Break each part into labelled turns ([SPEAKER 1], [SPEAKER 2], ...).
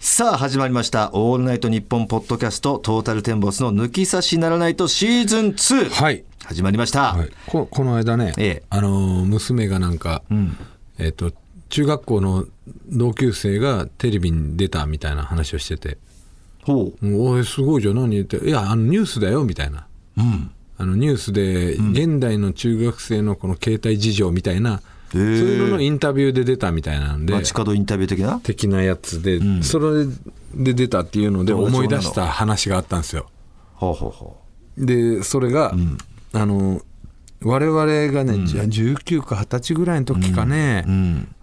[SPEAKER 1] さあ始まりました「オールナイトニッポン」ポッドキャストトータルテンボスの抜き差しならないとシーズン2、
[SPEAKER 2] はい、
[SPEAKER 1] 始まりました、
[SPEAKER 2] はい、ここの間ね、
[SPEAKER 1] ええ
[SPEAKER 2] あのー娘がなんか、えっと中学校の同級生がテレビに出たみたいな話をしてて
[SPEAKER 1] ほ
[SPEAKER 2] 「もうおいすごいじゃん何?」って「いやあのニュースだよ」みたいな、あのニュースで現代の中学生のこの携帯事情みたいな、そういうののインタビューで出たみたいなん
[SPEAKER 1] う
[SPEAKER 2] で
[SPEAKER 1] 街角インタビュー的な
[SPEAKER 2] 的なやつで、それで出たっていうので
[SPEAKER 1] 友達
[SPEAKER 2] 思
[SPEAKER 1] 女の
[SPEAKER 2] い出した話があったんですよ。
[SPEAKER 1] ほうほうほ
[SPEAKER 2] でそれが、あの我々がね、じゃあ19か20歳ぐらいの時かね、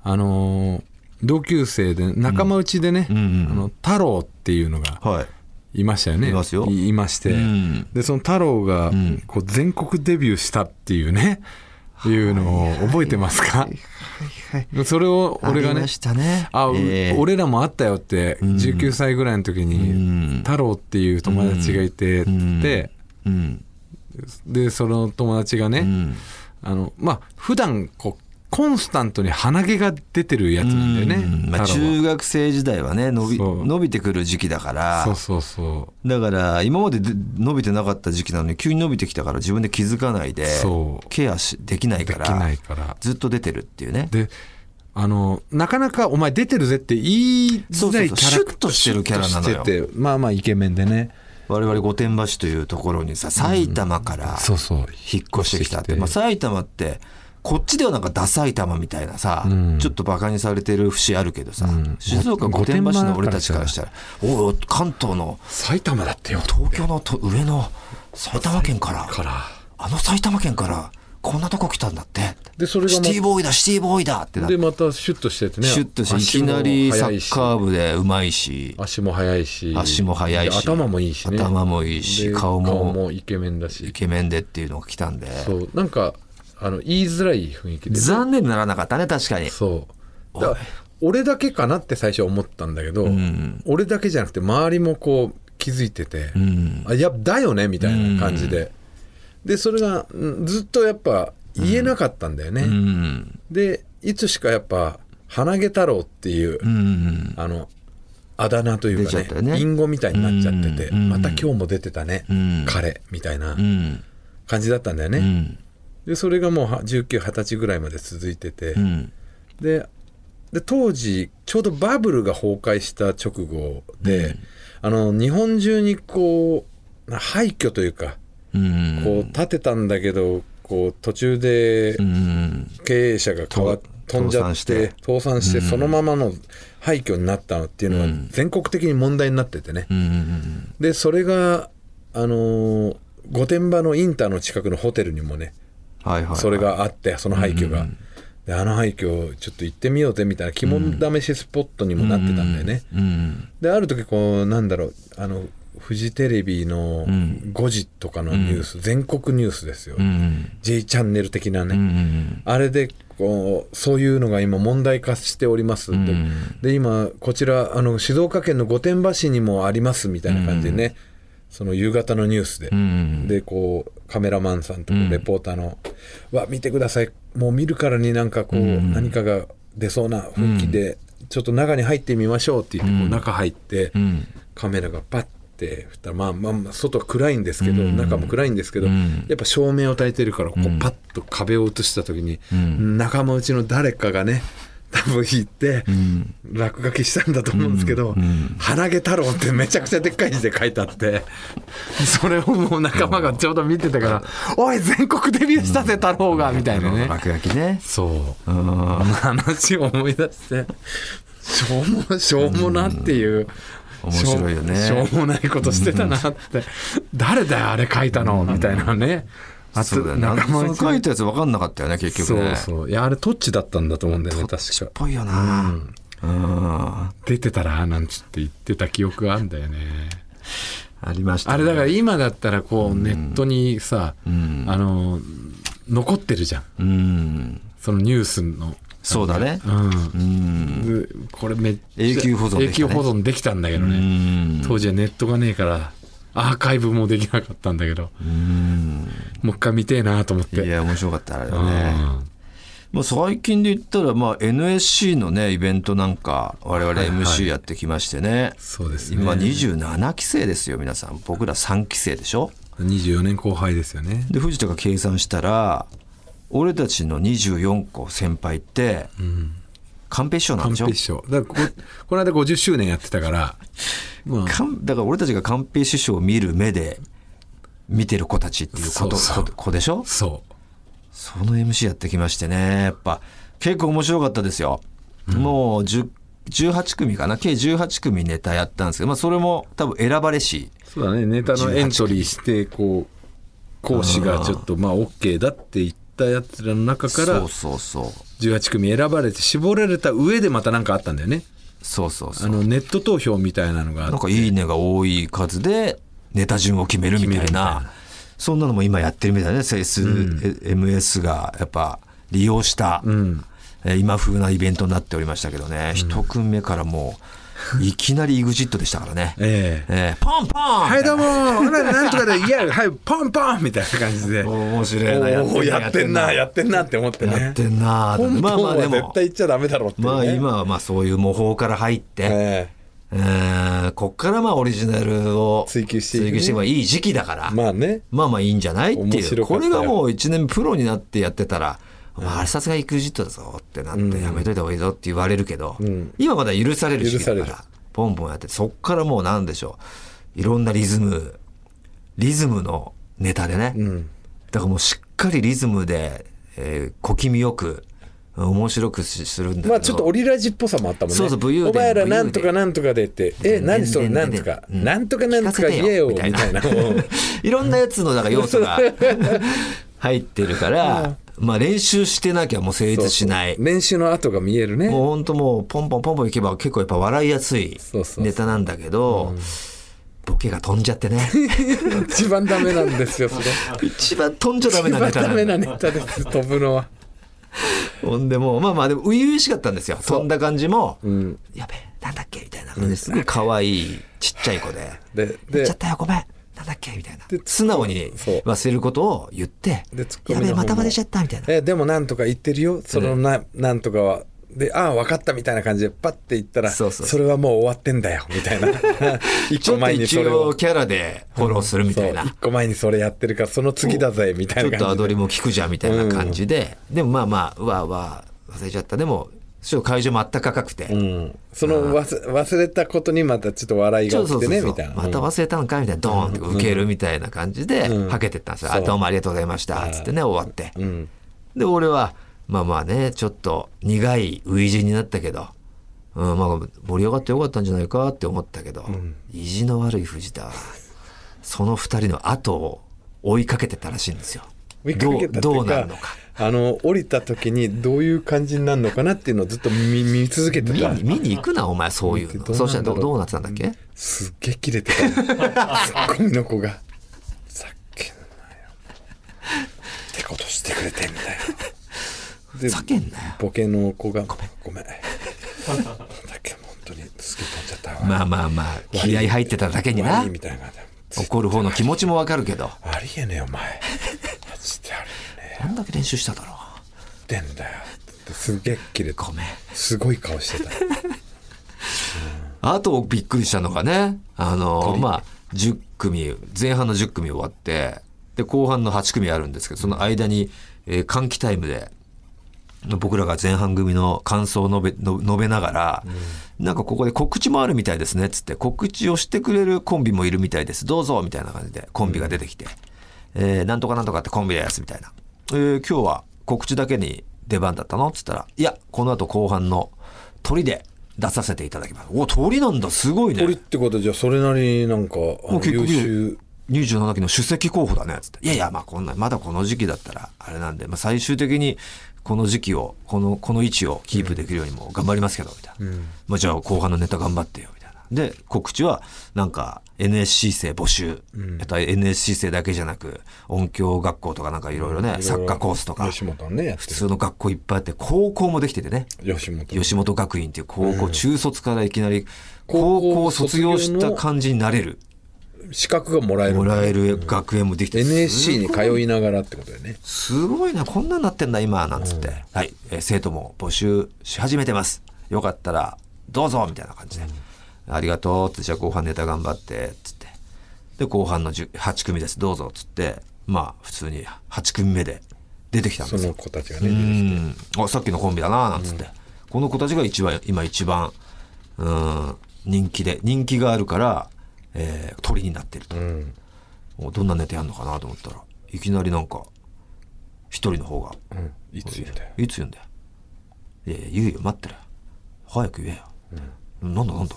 [SPEAKER 2] あの同級生で仲間内でね、あの太郎っていうのが
[SPEAKER 1] うはい
[SPEAKER 2] いましたよね
[SPEAKER 1] いますよ
[SPEAKER 2] いまして、
[SPEAKER 1] ん
[SPEAKER 2] でその太郎がこう全国デビューしたっていうね、いうのを覚えてますか、それを俺が
[SPEAKER 1] あり
[SPEAKER 2] ね
[SPEAKER 1] ましたね
[SPEAKER 2] あ、う
[SPEAKER 1] ええ
[SPEAKER 2] 俺らもあったよって19歳ぐらいの時に、太郎っていう友達がいて、で
[SPEAKER 1] うん
[SPEAKER 2] でその友達がね、
[SPEAKER 1] ん
[SPEAKER 2] あのまあ普段こうコンスタントに鼻毛が出てるやつなんだよね、
[SPEAKER 1] うんまあ、
[SPEAKER 2] 太郎は
[SPEAKER 1] 中学生時代はね伸び
[SPEAKER 2] そう
[SPEAKER 1] 伸びてくる時期だから
[SPEAKER 2] そうそうそ
[SPEAKER 1] だから今までで伸びてなかった時期なのに急に伸びてきたから自分で気づかないで
[SPEAKER 2] そう
[SPEAKER 1] ケアしできないう
[SPEAKER 2] で
[SPEAKER 1] か
[SPEAKER 2] き
[SPEAKER 1] ら
[SPEAKER 2] ないから
[SPEAKER 1] ずっと出てるっていうね
[SPEAKER 2] であのなかなかお前出てるぜって言いづらい
[SPEAKER 1] そうそうそ
[SPEAKER 2] キャラクター
[SPEAKER 1] うシュッとしてるキャラなのよ
[SPEAKER 2] シュッとしててまあまあイケメンでね
[SPEAKER 1] 我々御殿場市というところにさ埼玉から
[SPEAKER 2] そうそう
[SPEAKER 1] 引っ越してきたって、まあ、埼玉ってこっちではなんかダサい玉みたいなさ、
[SPEAKER 2] うん
[SPEAKER 1] ちょっとバカにされてる節あるけどさ、
[SPEAKER 2] ん
[SPEAKER 1] 静岡
[SPEAKER 2] ご
[SPEAKER 1] 御殿場市の俺たちからしたら「おいおい関東の
[SPEAKER 2] 埼玉だってよ
[SPEAKER 1] 東京のと上の埼玉県から
[SPEAKER 2] から
[SPEAKER 1] あの埼玉県からこんなとこ来たんだって」
[SPEAKER 2] でそれが
[SPEAKER 1] シ
[SPEAKER 2] ま
[SPEAKER 1] ティボーイだシティボーイだってなって
[SPEAKER 2] でまたシュッとしててね
[SPEAKER 1] シュッとしてい
[SPEAKER 2] 足
[SPEAKER 1] き
[SPEAKER 2] も
[SPEAKER 1] なりサ
[SPEAKER 2] 速いし
[SPEAKER 1] ッカー部でうまいし
[SPEAKER 2] 足も速いし
[SPEAKER 1] 足も速いし
[SPEAKER 2] 頭もいいしね
[SPEAKER 1] 頭もいいし
[SPEAKER 2] で
[SPEAKER 1] 顔も
[SPEAKER 2] イケメンだし
[SPEAKER 1] イケメンでっていうのが来たんで
[SPEAKER 2] そうなんかあの言いづらい雰囲気で
[SPEAKER 1] 残念ならなかったね確かに
[SPEAKER 2] そうだから俺だけかなって最初思ったんだけど、
[SPEAKER 1] ん
[SPEAKER 2] 俺だけじゃなくて周りもこう気づいてて、
[SPEAKER 1] うん
[SPEAKER 2] あいやだよねみたいな感じで、でそれがうんずっとやっぱ言えなかったんだよね、
[SPEAKER 1] うん
[SPEAKER 2] でいつしかやっぱ「鼻毛太郎」っていう、
[SPEAKER 1] うん
[SPEAKER 2] あのあだ名というか
[SPEAKER 1] 出ちゃったよ
[SPEAKER 2] ね
[SPEAKER 1] ね
[SPEAKER 2] インゴみたいになっちゃってて、
[SPEAKER 1] うん
[SPEAKER 2] また今日も出てたね、
[SPEAKER 1] うん
[SPEAKER 2] 彼みたいな
[SPEAKER 1] うん
[SPEAKER 2] 感じだったんだよね、
[SPEAKER 1] うん
[SPEAKER 2] でそれがもう1920歳ぐらいまで続いてて、
[SPEAKER 1] うん
[SPEAKER 2] でで当時ちょうどバブルが崩壊した直後で、あの日本中にこうな廃墟というか
[SPEAKER 1] うん
[SPEAKER 2] こう建てたんだけど、こう途中で
[SPEAKER 1] うん
[SPEAKER 2] 経営者が変わ
[SPEAKER 1] と
[SPEAKER 2] 飛んじゃ
[SPEAKER 1] 倒産
[SPEAKER 2] っ
[SPEAKER 1] して
[SPEAKER 2] て倒産してそのままの廃墟になったっていうのは全国的に問題になっててね、
[SPEAKER 1] うん
[SPEAKER 2] でそれがあのー御殿場のインターの近くのホテルにもね
[SPEAKER 1] はいはい
[SPEAKER 2] それがあってその廃墟が、であの廃墟ちょっと行ってみようぜみたいな肝試しスポットにもなってたんだよね、
[SPEAKER 1] うん
[SPEAKER 2] である時こうなんだろうあのフジテレビの5時とかのニュース、全国ニュースですよ、
[SPEAKER 1] うん
[SPEAKER 2] J チャンネル的なね、
[SPEAKER 1] うん
[SPEAKER 2] あれでこうそういうのが今問題化しておりますと、で今こちらあの静岡県の御殿場市にもありますみたいな感じでね、その夕方のニュースで、
[SPEAKER 1] ん
[SPEAKER 2] でこうカメラマンさんとかレポーターの「わ見てくださいもう見るからになんかこう、何かが出そうな雰囲気で、ちょっと中に入ってみましょう」って言ってこう中入って、
[SPEAKER 1] ん
[SPEAKER 2] カメラがパッて振ったらまあまあまあ外は暗いんですけど、中も暗いんですけど、
[SPEAKER 1] ん
[SPEAKER 2] やっぱ照明を焚いてるからこうパッと壁を映した時に、
[SPEAKER 1] ん
[SPEAKER 2] 仲間うちの誰かがね多分引いて、落書きしたんだと思うんですけど「鼻毛太郎」ってめちゃくちゃでっかい字で書いてあってそれをもう仲間がちょうど見てたから「おい全国デビューしたぜ太郎が」みたいなね、
[SPEAKER 1] 落書きね
[SPEAKER 2] そう
[SPEAKER 1] う
[SPEAKER 2] こ
[SPEAKER 1] ん
[SPEAKER 2] の話を思い出してしょうもしょうもなっていう、
[SPEAKER 1] 面白いよね
[SPEAKER 2] しょうしょうもないことしてたなって誰だよあれ書いたのみたいなねあ
[SPEAKER 1] そうだよねあ
[SPEAKER 2] 仲間
[SPEAKER 1] の
[SPEAKER 2] 内
[SPEAKER 1] 書いたやつ分かんなかったよね結局
[SPEAKER 2] そう
[SPEAKER 1] ね
[SPEAKER 2] そういやあれトッチだったんだと思うんだよね確か
[SPEAKER 1] ぽいよなうん
[SPEAKER 2] 出てたらなんつって言ってた記憶があるんだよね
[SPEAKER 1] ありましたね
[SPEAKER 2] あれだから今だったらこうネットにさ、
[SPEAKER 1] ん
[SPEAKER 2] あの残ってるじゃん
[SPEAKER 1] うん
[SPEAKER 2] そのニュースの
[SPEAKER 1] そうだね
[SPEAKER 2] うん
[SPEAKER 1] うん
[SPEAKER 2] でこれめっちゃ
[SPEAKER 1] 永久保存できたね
[SPEAKER 2] 永久保存できたんだけど
[SPEAKER 1] う
[SPEAKER 2] ね、
[SPEAKER 1] ん
[SPEAKER 2] 当時はネットがねえからアーカイブもできなかったんだけど、
[SPEAKER 1] うん
[SPEAKER 2] もう一回見てえなと思って
[SPEAKER 1] いや面白かったあれはね
[SPEAKER 2] うん
[SPEAKER 1] まあ、最近で言ったら、まあ、NSC のねイベントなんか我々
[SPEAKER 2] はいはい
[SPEAKER 1] MC やってきましてね、
[SPEAKER 2] そうですね
[SPEAKER 1] 今27期生ですよ皆さん僕ら3期生でしょ
[SPEAKER 2] 24年後輩ですよね
[SPEAKER 1] で藤田が計算したら俺たちの24個先輩って寛平師匠なん
[SPEAKER 2] 完
[SPEAKER 1] でしょ
[SPEAKER 2] 璧賞だからこここの間50周年やってたから、まあ、
[SPEAKER 1] 寛だから俺たちが寛平師匠を見る目で見てる子たちっていうこと
[SPEAKER 2] そうそう
[SPEAKER 1] こ子でしょ
[SPEAKER 2] そう
[SPEAKER 1] その MC やってきましてね、やっぱ結構面白かったですよ。もう10 18組かな計18組ネタやったんですけど、まあ、それも多分選ばれし
[SPEAKER 2] そうだねネタのエントリーしてこう講師がちょっとまあ OK だって言ったやつらの中か
[SPEAKER 1] そ
[SPEAKER 2] ら
[SPEAKER 1] うそうそう
[SPEAKER 2] 18組選ばれて絞られた上でまた何かあったんだよね
[SPEAKER 1] そうそうそ
[SPEAKER 2] あ
[SPEAKER 1] う
[SPEAKER 2] のネット投票みたいなのが
[SPEAKER 1] な
[SPEAKER 2] あ
[SPEAKER 1] ん
[SPEAKER 2] って
[SPEAKER 1] か「いいね」が多い数でネタ順を決めるみたいな
[SPEAKER 2] 決めるみたいな。
[SPEAKER 1] そんなのも今やってるみたいね SMS がやっぱ利用した、えー今風なイベントになっておりましたけどね、一組目からもういきなり EXIT でしたからね
[SPEAKER 2] ええ
[SPEAKER 1] えーポンポン
[SPEAKER 2] はいどうも ほらなんとかでいやはいポンポンみたいな感じでお
[SPEAKER 1] 面白いな
[SPEAKER 2] おやってんなやってんなって思ってね
[SPEAKER 1] やってんな
[SPEAKER 2] ポン
[SPEAKER 1] まあ
[SPEAKER 2] ポン
[SPEAKER 1] まあ
[SPEAKER 2] は
[SPEAKER 1] で
[SPEAKER 2] 絶
[SPEAKER 1] も
[SPEAKER 2] 対言っちゃダメだろうっていうね
[SPEAKER 1] まあ今はまあそういう模倣から入って、
[SPEAKER 2] ええ
[SPEAKER 1] えーこっからまあオリジナルを
[SPEAKER 2] 追求していくね
[SPEAKER 1] 追求していけばいい時期だから、まあ、
[SPEAKER 2] まあね
[SPEAKER 1] まあいいんじゃないって
[SPEAKER 2] 面
[SPEAKER 1] いう
[SPEAKER 2] 白か
[SPEAKER 1] こ
[SPEAKER 2] った
[SPEAKER 1] れ
[SPEAKER 2] よ
[SPEAKER 1] がもう1年プロになってやってたら、まあ、あれさすが EXIT だぞってなってやめといた方がいいぞって言われるけど、今まだ許されるし
[SPEAKER 2] 許される
[SPEAKER 1] ポンポンやってそっからもうなんでしょういろんなリズムリズムのネタでね、だからもうしっかりリズムで、えー小気味よく面白くしするんだけど、
[SPEAKER 2] まあちょっとオリラジっぽさもあったもんね。
[SPEAKER 1] そうそう武勇伝
[SPEAKER 2] お前ら
[SPEAKER 1] 武勇伝
[SPEAKER 2] なんとかなんとかでって、え、何そ
[SPEAKER 1] で
[SPEAKER 2] れ
[SPEAKER 1] んで
[SPEAKER 2] なんん
[SPEAKER 1] でん
[SPEAKER 2] とか、
[SPEAKER 1] うん
[SPEAKER 2] なんとかなんとか言えよ、みたいな。
[SPEAKER 1] いろんなやつのなんか要素が入ってるから、まあ練習してなきゃもう成立しない。
[SPEAKER 2] 練習の跡が見えるね。
[SPEAKER 1] もう本当もうポンポンポンポンいけば結構やっぱ笑いやすい
[SPEAKER 2] そうそうそう
[SPEAKER 1] ネタなんだけど、ボケが飛んじゃって ね。
[SPEAKER 2] 一番ダメなんですよ、それ。
[SPEAKER 1] 一番飛んじゃダメ
[SPEAKER 2] 一
[SPEAKER 1] な
[SPEAKER 2] 番
[SPEAKER 1] ネタ
[SPEAKER 2] ダ
[SPEAKER 1] なん
[SPEAKER 2] メ
[SPEAKER 1] だ
[SPEAKER 2] なネタです、飛ぶのは。
[SPEAKER 1] ほんでもう、まあまあでも初々しかったんですよ。飛んだ感じも、
[SPEAKER 2] ん
[SPEAKER 1] やべえ、なんだっけみたいな感じですごい可愛いちっちゃい子で。言
[SPEAKER 2] で、
[SPEAKER 1] っ
[SPEAKER 2] で
[SPEAKER 1] ちゃっ、たよごめんなんだっけみたいな
[SPEAKER 2] で
[SPEAKER 1] 素直に
[SPEAKER 2] そう
[SPEAKER 1] 忘れることを言って
[SPEAKER 2] でツッコ
[SPEAKER 1] や
[SPEAKER 2] ミの
[SPEAKER 1] べえ
[SPEAKER 2] 方も
[SPEAKER 1] またまれちゃったみたいな
[SPEAKER 2] え、でもなんとか言ってるよ、そのな、なんとかは。で、ああ、分かったみたいな感じで、パッて言ったら、
[SPEAKER 1] そうそう
[SPEAKER 2] それはもう終わってんだよ、みたいな。 一
[SPEAKER 1] ちょ
[SPEAKER 2] 個
[SPEAKER 1] っと
[SPEAKER 2] 前に
[SPEAKER 1] 一
[SPEAKER 2] それを
[SPEAKER 1] 応。キャラでフォローするみたいな、
[SPEAKER 2] そう一個前にそれやってるから、その次だぜ、みたい
[SPEAKER 1] ちょっ
[SPEAKER 2] な感じで。
[SPEAKER 1] とアドリブも聞くじゃんみたいな感じで、でもまあまあわあわあ忘れちゃったでもちょっと会場もあったかくて、
[SPEAKER 2] うん、その忘忘れたことにまたちょっと笑い
[SPEAKER 1] ち
[SPEAKER 2] が
[SPEAKER 1] ょっ
[SPEAKER 2] 起
[SPEAKER 1] と
[SPEAKER 2] き
[SPEAKER 1] そ
[SPEAKER 2] て
[SPEAKER 1] うそうそ
[SPEAKER 2] ね
[SPEAKER 1] う
[SPEAKER 2] みたいな、
[SPEAKER 1] また忘れたのかみたいなドーンって受けるみたいな感じで、はけてったんですよ、あどうもありがとうございましたつってね終わって、で俺はまあまあねちょっと苦い初陣になったけど、うんまあ、盛り上がってよかったんじゃないかって思ったけど、意地の悪い藤田はその二人の後を追いかけてたらしいんですよ。
[SPEAKER 2] 追いかけたってい
[SPEAKER 1] どうど
[SPEAKER 2] う
[SPEAKER 1] うな
[SPEAKER 2] か
[SPEAKER 1] るのか
[SPEAKER 2] あの降りた時にどういう感じになるのかなっていうのをずっと見見続けて
[SPEAKER 1] 見
[SPEAKER 2] た
[SPEAKER 1] に見に行くなお前そういうの
[SPEAKER 2] どうなんだろう
[SPEAKER 1] そうしたらどどうなってたんだっけ
[SPEAKER 2] すっげえ 切れてたツッコミの子が「さっきのなよ」ってことしてくれてみたいなで
[SPEAKER 1] 叫んなよ
[SPEAKER 2] ボケの子が「ごめんごめん」なんだっけ本当にすげえ飛んじゃったわ、
[SPEAKER 1] まあまあまあ気合入ってただけにな
[SPEAKER 2] 悪いみたいな
[SPEAKER 1] 怒る方の気持ちもわかるけど
[SPEAKER 2] ありえねえお前マジでありえねえ
[SPEAKER 1] どんだけ練習しただろ
[SPEAKER 2] ってんだよってすげえ切れ
[SPEAKER 1] う
[SPEAKER 2] た
[SPEAKER 1] ごめん
[SPEAKER 2] すごい顔してた
[SPEAKER 1] あとびっくりしたのがねあのまあ10組前半の10組終わってで後半の8組あるんですけどその間に、えー換気タイムで僕らが前半組の感想を述べの述べながら、なんかここで告知もあるみたいですねっつって告知をしてくれるコンビもいるみたいですどうぞみたいな感じでコンビが出てきて、えーなんとかなんとかってコンビですみたいな、えー今日は告知だけに出番だったのっつったらいやこの後後半の鳥で出させていただきますお鳥なんだすごいね
[SPEAKER 2] 鳥ってことじゃそれなりになんかあの
[SPEAKER 1] もう結
[SPEAKER 2] 優
[SPEAKER 1] 局
[SPEAKER 2] 秀
[SPEAKER 1] 27期の首席候補だねっつっていやいやまあこんなまだこの時期だったらあれなんで、まあ、最終的にこの時期をこのこの位置をキープできるようにも頑張りますけどみたいな、まあ、じゃあ後半のネタ頑張ってよみたいなで告知はなんか NSC 生募集、やっぱり NSC 生だけじゃなく音響学校とかなんかいろいろねサッカーコースとか
[SPEAKER 2] 吉本ねやっ
[SPEAKER 1] 普
[SPEAKER 2] て
[SPEAKER 1] 通の学校いっぱいあって高校もできててね
[SPEAKER 2] る吉本
[SPEAKER 1] 吉本学院っていう高校中卒からいきなり高
[SPEAKER 2] 高校
[SPEAKER 1] 校卒業した
[SPEAKER 2] 卒業の
[SPEAKER 1] 感じになれる
[SPEAKER 2] 資格がもらえる
[SPEAKER 1] もらえる学園もできて
[SPEAKER 2] NSC に通いながらってことだよね
[SPEAKER 1] すごいねこんなんなってんだ今なんつって、はい、えー生徒も募集し始めてますよかったらどうぞみたいな感じで、ありがとうってじゃあ後半ネタ頑張ってっつってで後半の10 8組ですどうぞっつってまあ普通に8組目で出てきたん
[SPEAKER 2] そ
[SPEAKER 1] です
[SPEAKER 2] の
[SPEAKER 1] よ
[SPEAKER 2] 子たちがね
[SPEAKER 1] うんあさっきのコンビだななんつって、この子たちが一番今一番うん人気で人気があるから、えー鳥になってると、
[SPEAKER 2] うん
[SPEAKER 1] おどんなネタやんのかなと思ったらいきなりなんか一人の方が
[SPEAKER 2] うんいつ言うんだよ
[SPEAKER 1] いつ言うんだよ。いやいや、言うよ、待ってるよ。早く言えよ。なんだなんだ。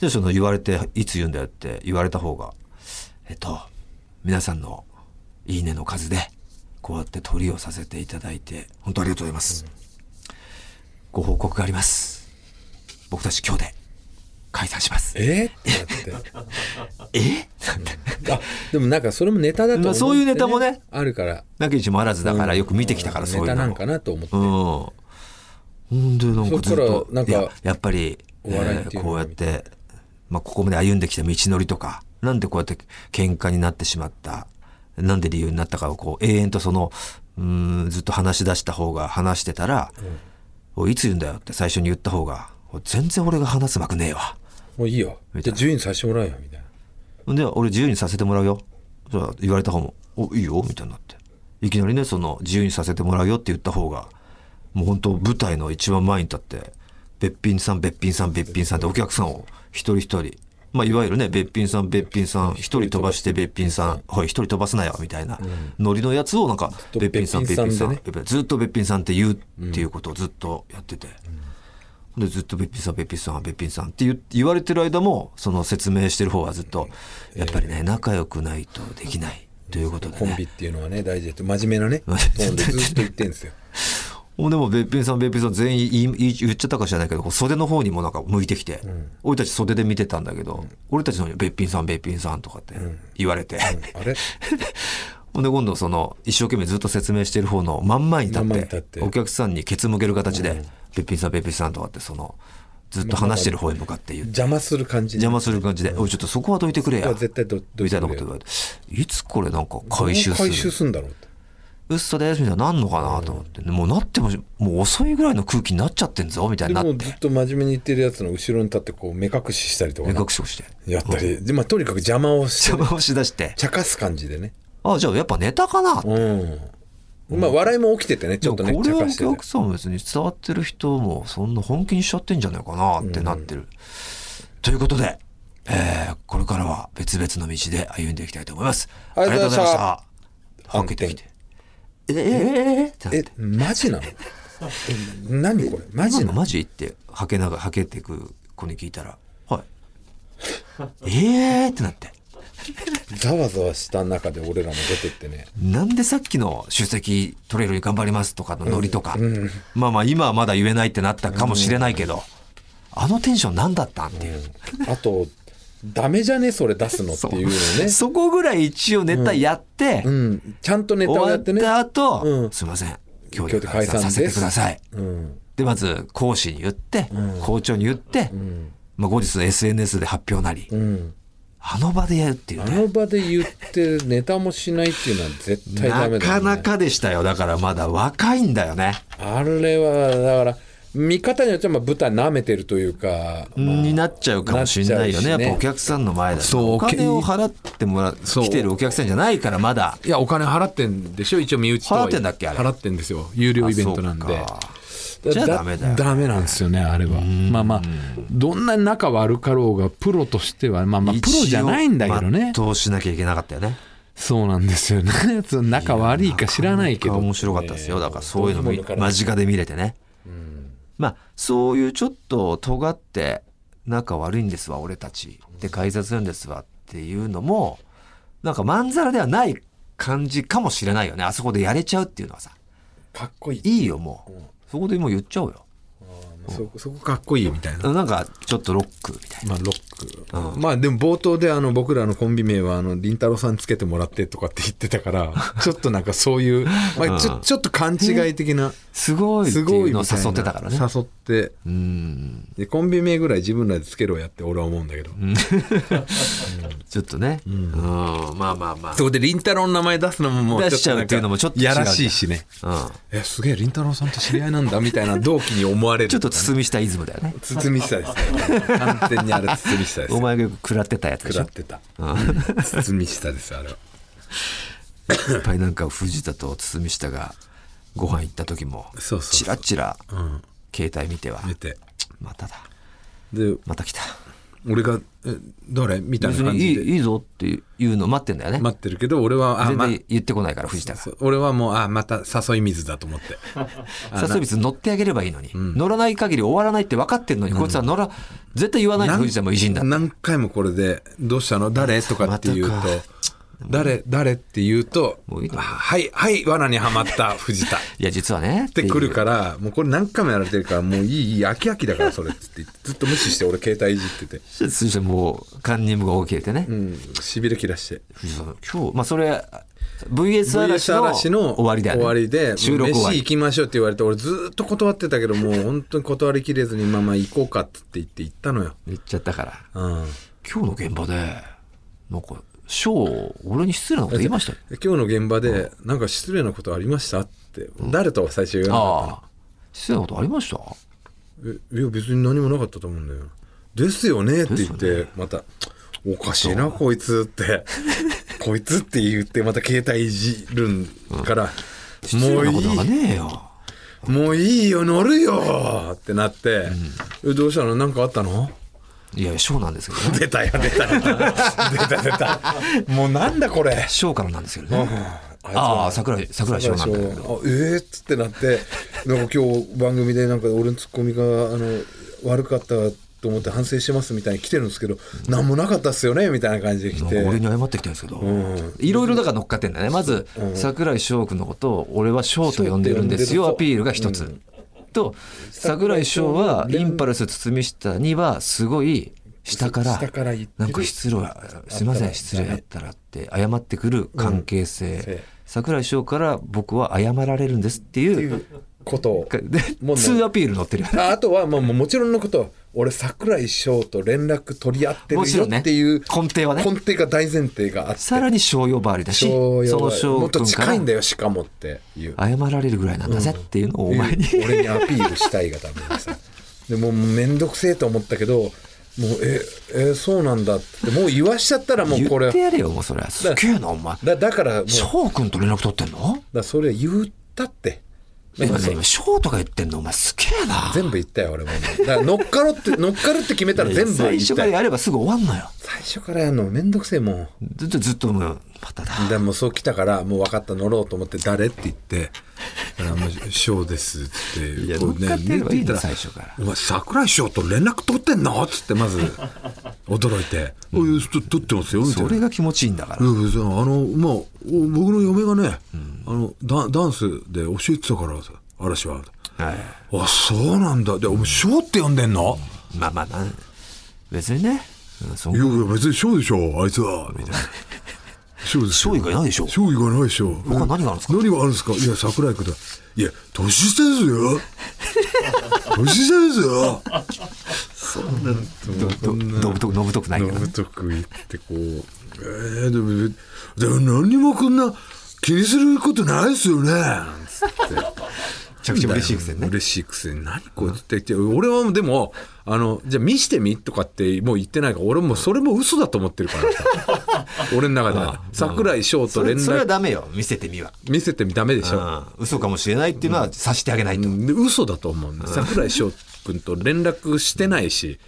[SPEAKER 1] で、その言われて、いつ言うんだよって言われた方が、えっと、皆さんのいいねの数で、こうやって取りをさせていただいて、本当ありがとうございます。ご報告があります。僕たち今日で解散します。
[SPEAKER 2] えってなって
[SPEAKER 1] え
[SPEAKER 2] あでもなんかそれもネタだと思って
[SPEAKER 1] ま
[SPEAKER 2] ね
[SPEAKER 1] あそういうネタもね
[SPEAKER 2] あるから
[SPEAKER 1] なきにもあらずだから、よく見てきたから、そういう
[SPEAKER 2] ネ
[SPEAKER 1] のも。
[SPEAKER 2] タなんかなと思って
[SPEAKER 1] うん。ほんで、なんかずっ
[SPEAKER 2] そ
[SPEAKER 1] と
[SPEAKER 2] っ、からなんか
[SPEAKER 1] いややっぱり、
[SPEAKER 2] お笑いって
[SPEAKER 1] え
[SPEAKER 2] い
[SPEAKER 1] ー
[SPEAKER 2] う
[SPEAKER 1] こ
[SPEAKER 2] の
[SPEAKER 1] う
[SPEAKER 2] は
[SPEAKER 1] やって、まあ、ここまで歩んできた道のりとか、なんでこうやって喧嘩になってしまった、なんで理由になったかをこう、永遠とその、うーん、ずっと話し出した方が話してたら、おいいつ言うんだよって最初に言った方が、おい全然俺が話すまくねえわ。
[SPEAKER 2] もういいよ
[SPEAKER 1] み
[SPEAKER 2] じ
[SPEAKER 1] た
[SPEAKER 2] ゃ
[SPEAKER 1] いな
[SPEAKER 2] あ自由にさせてもらうよみたいな
[SPEAKER 1] で、俺自由にさせてもらうよ。そう言われた方も、お、いいよ、みたいになって。いきなりね、その、自由にさせてもらうよって言った方が、もう本当舞台の一番前に立って、べっぴんさん、べっぴんさん、べっぴんさんってお客さんを一人一人、まあ、いわゆるね、べっぴんさん、べっぴんさん、一人飛ばしてべっぴんさん、はい、一人飛ばすなよ、みたいな、ノリのやつをなんか、
[SPEAKER 2] と
[SPEAKER 1] べっぴんさん、べっぴんさん、
[SPEAKER 2] べっ
[SPEAKER 1] べっぴんずっとべっぴんさんって言うっていうことをずっとやってて。でずっと「べっぴんさんべっぴんさんべっぴんさん」って言う言われてる間もその説明してる方はずっとやっぱりね仲良くないとできないということで
[SPEAKER 2] コンビっ
[SPEAKER 1] ね
[SPEAKER 2] ていうのはね大事だって真面目 なねトーンでずっと言ってんですよ
[SPEAKER 1] もうでもべっぴんさんべっぴんさん全員言い言い言っちゃったか知らないけどこう袖の方にもなんか向いてきて、俺たち袖で見てたんだけど、俺たちの方に「べっぴんさんべっぴんさん」とかって言われて、
[SPEAKER 2] あれ
[SPEAKER 1] ほんで今度その一生懸命ずっと説明してる方の真ん前に立っ
[SPEAKER 2] 真ん
[SPEAKER 1] て
[SPEAKER 2] 前に立って
[SPEAKER 1] お客さんにケツ向ける形で「べっぴんさんべっぴんさん」とかってそのずっと話してる方に向かって言って
[SPEAKER 2] 邪魔する感じ
[SPEAKER 1] 邪魔する感じで「おいちょっとそこはどいてくれ
[SPEAKER 2] そこ
[SPEAKER 1] や
[SPEAKER 2] は」絶対どどいてくれよ
[SPEAKER 1] みたいなこと言われて「いつこれなんか回収す
[SPEAKER 2] 回収
[SPEAKER 1] る
[SPEAKER 2] するんだろうって
[SPEAKER 1] うっそです」みたいななんのかなと思って、もうなってももう遅いぐらいの空気になっちゃってんぞみたいに
[SPEAKER 2] で
[SPEAKER 1] なっ
[SPEAKER 2] も
[SPEAKER 1] て
[SPEAKER 2] うずっと真面目に言ってるやつの後ろに立ってこう目隠ししたりとか
[SPEAKER 1] 目
[SPEAKER 2] ね
[SPEAKER 1] 隠しをして
[SPEAKER 2] やったり、でまあ、とにかく邪魔をして、
[SPEAKER 1] 邪魔をしだして
[SPEAKER 2] 茶化す感じでね
[SPEAKER 1] 「あじゃあやっぱネタかな」
[SPEAKER 2] うんまあ笑いも起きててねちょっとね
[SPEAKER 1] でもこ
[SPEAKER 2] 茶
[SPEAKER 1] れはお
[SPEAKER 2] 化してて
[SPEAKER 1] 客さんも別に伝わってる人もそんな本気にしちゃってんじゃないかなってなってる。ということで、えーこれからは別々の道で歩んでいきたいと思います。
[SPEAKER 2] ありがとうございました
[SPEAKER 1] ありがとうございました。はけてきて。えええってなっ
[SPEAKER 2] え
[SPEAKER 1] て。
[SPEAKER 2] マジなのえ何これマジ
[SPEAKER 1] 今の
[SPEAKER 2] なの
[SPEAKER 1] マジって、はけなが、はけてく子に聞いたら、はい。 ええってなって。
[SPEAKER 2] ざわざわした中で俺らも出てってね
[SPEAKER 1] なんでさっきの出席取れるように頑張りますとかのノリとか、まあまあ今はまだ言えないってなったかもしれないけど、あのテンション何だったんっていう。
[SPEAKER 2] あとダメじゃねそれ出すのっていうのね
[SPEAKER 1] そこぐらい一応ネタやって、
[SPEAKER 2] うんちゃんとネタを
[SPEAKER 1] 終
[SPEAKER 2] や
[SPEAKER 1] わ
[SPEAKER 2] って
[SPEAKER 1] っ
[SPEAKER 2] ね
[SPEAKER 1] た後、
[SPEAKER 2] うん
[SPEAKER 1] すいません、今日で
[SPEAKER 2] 今日で解
[SPEAKER 1] 解散
[SPEAKER 2] 散で
[SPEAKER 1] さ
[SPEAKER 2] す
[SPEAKER 1] せてください。
[SPEAKER 2] うん
[SPEAKER 1] で、まず講師に言って、校長に言って、まあ、後日 SNS で発表なり、
[SPEAKER 2] うん
[SPEAKER 1] あの場でやるっていう
[SPEAKER 2] あ
[SPEAKER 1] ね。
[SPEAKER 2] の場で言ってネタもしないっていうのは絶対ダ
[SPEAKER 1] な
[SPEAKER 2] メだ、
[SPEAKER 1] か
[SPEAKER 2] ね、
[SPEAKER 1] なかでしたよ。だからまだ若いんだよね。
[SPEAKER 2] あれはだから見方によってはまあ舞台舐めてるというか、まあ
[SPEAKER 1] になっちゃうかもしれないよね。や
[SPEAKER 2] な
[SPEAKER 1] っ
[SPEAKER 2] っちゃうしね
[SPEAKER 1] ぱお客さんの前だと
[SPEAKER 2] そう
[SPEAKER 1] お金を払ってもら、
[SPEAKER 2] そう
[SPEAKER 1] 来てるお客さんじゃないからまだ。
[SPEAKER 2] いやお金払ってんでしょ一応身内とは
[SPEAKER 1] 払ってんだっけあれ
[SPEAKER 2] 払ってんですよ有料イベントなんで
[SPEAKER 1] あそうかじゃあダメだよ
[SPEAKER 2] ダメなんですよねあれはまあまあどんなに仲悪かろうがプロとしてはまあまあプロじゃないんだけどね
[SPEAKER 1] 一応全うしなきゃいけなかったよね。
[SPEAKER 2] そうなんですよね その仲悪いか知らないけ
[SPEAKER 1] なか
[SPEAKER 2] ど
[SPEAKER 1] なか面白かったですよ。だからそういうのも
[SPEAKER 2] どういうものから
[SPEAKER 1] 間近で見れてね。まあそういうちょっと尖って仲悪いんですわ俺たちで解散するんですわっていうのもなんかまんざらではない感じかもしれないよね。あそこでやれちゃうっていうのはさ
[SPEAKER 2] かっこいい
[SPEAKER 1] いいよもうそこでもう言っちゃおうよ。
[SPEAKER 2] そこそこかっこいいよみたいな。
[SPEAKER 1] なんかちょっとロックみたい
[SPEAKER 2] まあ、ロック。まあ、でも冒頭であの、僕らのコンビ名は、あの、りんたろさんつけてもらってとかって言って たから、ちょっとなんかそういう、まあ、ちょ、ちょっと勘違い的な、
[SPEAKER 1] なすごいって
[SPEAKER 2] すご
[SPEAKER 1] い
[SPEAKER 2] いう
[SPEAKER 1] のを
[SPEAKER 2] みたいな
[SPEAKER 1] 誘ってたからね
[SPEAKER 2] 誘って、
[SPEAKER 1] うん
[SPEAKER 2] でコンビ名ぐらい自分らでつけろやって俺は思うんだけど。
[SPEAKER 1] ちょっとね、うん、まあまあまあ
[SPEAKER 2] そこで、りんたろの名前出すのももう、
[SPEAKER 1] 出しちゃうっていうのもちょっと違う
[SPEAKER 2] やらしいしね。
[SPEAKER 1] うん
[SPEAKER 2] え、すげえ、りんたろさんと知り合いなんだみたいな同期に思われる。
[SPEAKER 1] ちょっと包みしたイズムだよね
[SPEAKER 2] 包みしたですね。完全にあれ包みしたです
[SPEAKER 1] お。前がよく食らってたやつで
[SPEAKER 2] 食
[SPEAKER 1] し
[SPEAKER 2] ら
[SPEAKER 1] ょ
[SPEAKER 2] ってた。
[SPEAKER 1] うん
[SPEAKER 2] 包みしたです、あれは。
[SPEAKER 1] いっぱいなんか藤田と堤下がご飯行った時も
[SPEAKER 2] そうそうそう
[SPEAKER 1] チラチラ
[SPEAKER 2] うん。
[SPEAKER 1] 携帯見ては
[SPEAKER 2] 見て。
[SPEAKER 1] まただ
[SPEAKER 2] で、
[SPEAKER 1] また来た
[SPEAKER 2] 俺が「え誰?」みたい
[SPEAKER 1] 別
[SPEAKER 2] な感
[SPEAKER 1] にい
[SPEAKER 2] じ
[SPEAKER 1] い
[SPEAKER 2] で
[SPEAKER 1] いいぞっていうの待ってんだよね
[SPEAKER 2] 待ってるけど俺は「あ、
[SPEAKER 1] 全
[SPEAKER 2] ま、
[SPEAKER 1] 然言ってこないから藤田が
[SPEAKER 2] そう俺はもうあまた誘い水だ」と思ってあ
[SPEAKER 1] 誘い水乗ってあげればいいのに乗らない限り終わらないって分かってんのにこいつは乗ら絶対言わないの
[SPEAKER 2] 何
[SPEAKER 1] 藤田も偉人だ
[SPEAKER 2] 何回もこれで「どうしたの誰?」とかって言うと
[SPEAKER 1] またか
[SPEAKER 2] 「誰誰?」って言うと
[SPEAKER 1] もういい
[SPEAKER 2] あ
[SPEAKER 1] の
[SPEAKER 2] はいはい罠にはまった藤田」っ
[SPEAKER 1] いや実はねって
[SPEAKER 2] くる
[SPEAKER 1] ら
[SPEAKER 2] からもうこれ何回もやられてるからもういいいい飽き飽きだからそれっつってずっと無視して俺携帯いじってて
[SPEAKER 1] そしてもうカンニングが大きれてね
[SPEAKER 2] うんしびれ切らして
[SPEAKER 1] 藤田さん今日まあそれ VS 嵐
[SPEAKER 2] VS
[SPEAKER 1] の
[SPEAKER 2] 嵐の
[SPEAKER 1] 終わりだよね
[SPEAKER 2] 終わりで
[SPEAKER 1] 収録終わ
[SPEAKER 2] 飯
[SPEAKER 1] り
[SPEAKER 2] 行きましょうって言われて俺ずーっと断ってたけどもう本当に断りきれずにまあまあ行こうかって言って行ったのよ、
[SPEAKER 1] 言っちゃったから
[SPEAKER 2] うん、
[SPEAKER 1] 今日の現場でなんかショー俺に失礼なこと言いましたよ
[SPEAKER 2] で今日の現場で「なんか失礼なことありました?」って誰とは最初言わなか
[SPEAKER 1] ああ失礼なことありました
[SPEAKER 2] ったのえいや別に何もなかったと思うんだよですよねって言っ
[SPEAKER 1] です
[SPEAKER 2] てまた「おかしいなこいつ」 って「こいつ」って言ってまた携帯いじるんから「
[SPEAKER 1] 失
[SPEAKER 2] も
[SPEAKER 1] 礼な
[SPEAKER 2] う
[SPEAKER 1] ことなん
[SPEAKER 2] いい
[SPEAKER 1] かねえよ
[SPEAKER 2] もういいよ、乗るよってなって、えどうしたのなんかあったの
[SPEAKER 1] いやショーなんですけどね
[SPEAKER 2] 出たよ、出た よ。出た、出た。 もうなんだこれ。
[SPEAKER 1] ショーからなんですけどねあ
[SPEAKER 2] あ
[SPEAKER 1] あ桜井桜井ショーなんだけど
[SPEAKER 2] あええっつってなって、なんか今日番組でなんか俺のツッコミが、あの、悪かったと思って反省してますみたいに来てるんですけど、なんもなかったっすよねみたいな感じで来
[SPEAKER 1] なんか俺
[SPEAKER 2] て。
[SPEAKER 1] に謝ってきたんですけど、
[SPEAKER 2] ん
[SPEAKER 1] いろいろだから乗っかってんだねまず、桜井翔君のことを俺は翔と呼んでるんですよ
[SPEAKER 2] 翔
[SPEAKER 1] ア
[SPEAKER 2] って呼ん
[SPEAKER 1] ピ
[SPEAKER 2] で
[SPEAKER 1] ー
[SPEAKER 2] る
[SPEAKER 1] ルが一つ、と桜井翔はインパルス堤下にはすごい下から
[SPEAKER 2] 下から言ってる
[SPEAKER 1] なんか失礼すいません失礼やったらって謝ってくる関係
[SPEAKER 2] うん
[SPEAKER 1] 性、桜井翔から僕は謝られるんですっていう
[SPEAKER 2] ことを。
[SPEAKER 1] で
[SPEAKER 2] もうね
[SPEAKER 1] 2アピール乗ってるよね
[SPEAKER 2] ああとは、まあ、もうもちろんのこと、俺、桜井翔と連絡取り合って
[SPEAKER 1] も
[SPEAKER 2] る
[SPEAKER 1] ちろ
[SPEAKER 2] よ
[SPEAKER 1] んね
[SPEAKER 2] っていう、
[SPEAKER 1] 根底はね
[SPEAKER 2] 根底が大前提があって。
[SPEAKER 1] さらに翔呼ばわりだし
[SPEAKER 2] 翔
[SPEAKER 1] そ
[SPEAKER 2] よ
[SPEAKER 1] の翔
[SPEAKER 2] もっと
[SPEAKER 1] 君か
[SPEAKER 2] 近
[SPEAKER 1] ら
[SPEAKER 2] いんだよしかもっていう
[SPEAKER 1] 謝られるぐらいなんだぜっていうのをお前に、
[SPEAKER 2] いう俺にアピールしたいがダメ でさでもう面倒くせえと思ったけどもうええそうなんだってもう言わしちゃったらもう
[SPEAKER 1] 言
[SPEAKER 2] これ
[SPEAKER 1] ってやれよもうそれすげえなお前
[SPEAKER 2] だだからもう
[SPEAKER 1] 翔くんと連絡取ってんの
[SPEAKER 2] だそれ言ったって
[SPEAKER 1] 今
[SPEAKER 2] そう
[SPEAKER 1] ね今翔とか言ってんのお前すげえな
[SPEAKER 2] 全部言ったよ俺もだから乗っかろうって乗っかるって決めたら全部言った
[SPEAKER 1] 最
[SPEAKER 2] よ
[SPEAKER 1] 初からやればすぐ終わんのよ
[SPEAKER 2] 最初からやるのめんどくせえもん
[SPEAKER 1] ずっとずっともうまただ
[SPEAKER 2] でもうそう来たからもう分かった乗ろうと思って「誰?」って言って「あもうショーです」っつって
[SPEAKER 1] いや
[SPEAKER 2] こう
[SPEAKER 1] 乗っかってやればいいの
[SPEAKER 2] 言った
[SPEAKER 1] 最初から
[SPEAKER 2] お前桜井翔と連絡取ってんの?」っつってま ず驚いて「おいと取ってますよ」みた
[SPEAKER 1] そ
[SPEAKER 2] いな。
[SPEAKER 1] れが気持ちいいんだから、
[SPEAKER 2] うんそうあのまあお僕の嫁がね、あのダンダンスで教えてたからさ嵐は
[SPEAKER 1] はい、
[SPEAKER 2] あそうなんだでお前翔って呼んでんの、
[SPEAKER 1] まあまあなん別にねうんそん
[SPEAKER 2] いやいや別に翔でしょあいつはみたいな 翔です
[SPEAKER 1] 翔以外ないでしょ
[SPEAKER 2] 将棋がないでしょ。
[SPEAKER 1] 他何があるんですか
[SPEAKER 2] 何があるんですかいや、桜井君だ。いや、年下ですよ。 年下ですよ。
[SPEAKER 1] どどどぶとくのぶとくないけどね
[SPEAKER 2] とく言ってこう。えー、でも、でも何にもこんな気にすることないですよね。つって。
[SPEAKER 1] めちゃくちゃ嬉しいくせにね
[SPEAKER 2] 嬉しいくせに何こいつって言って俺はもうでもあのじゃあ見してみとかってもう言ってないから俺もうそれも嘘だと思ってるからさ 俺の中では桜井翔と
[SPEAKER 1] そ
[SPEAKER 2] 連
[SPEAKER 1] れそれは
[SPEAKER 2] 絡
[SPEAKER 1] ダメよ見せてみは、
[SPEAKER 2] 見せてみダメでし
[SPEAKER 1] う
[SPEAKER 2] ょ、
[SPEAKER 1] ん、嘘かもしれないっていうのは察してあげないと、
[SPEAKER 2] で嘘だと思うんだ桜井翔くんと連絡してないし、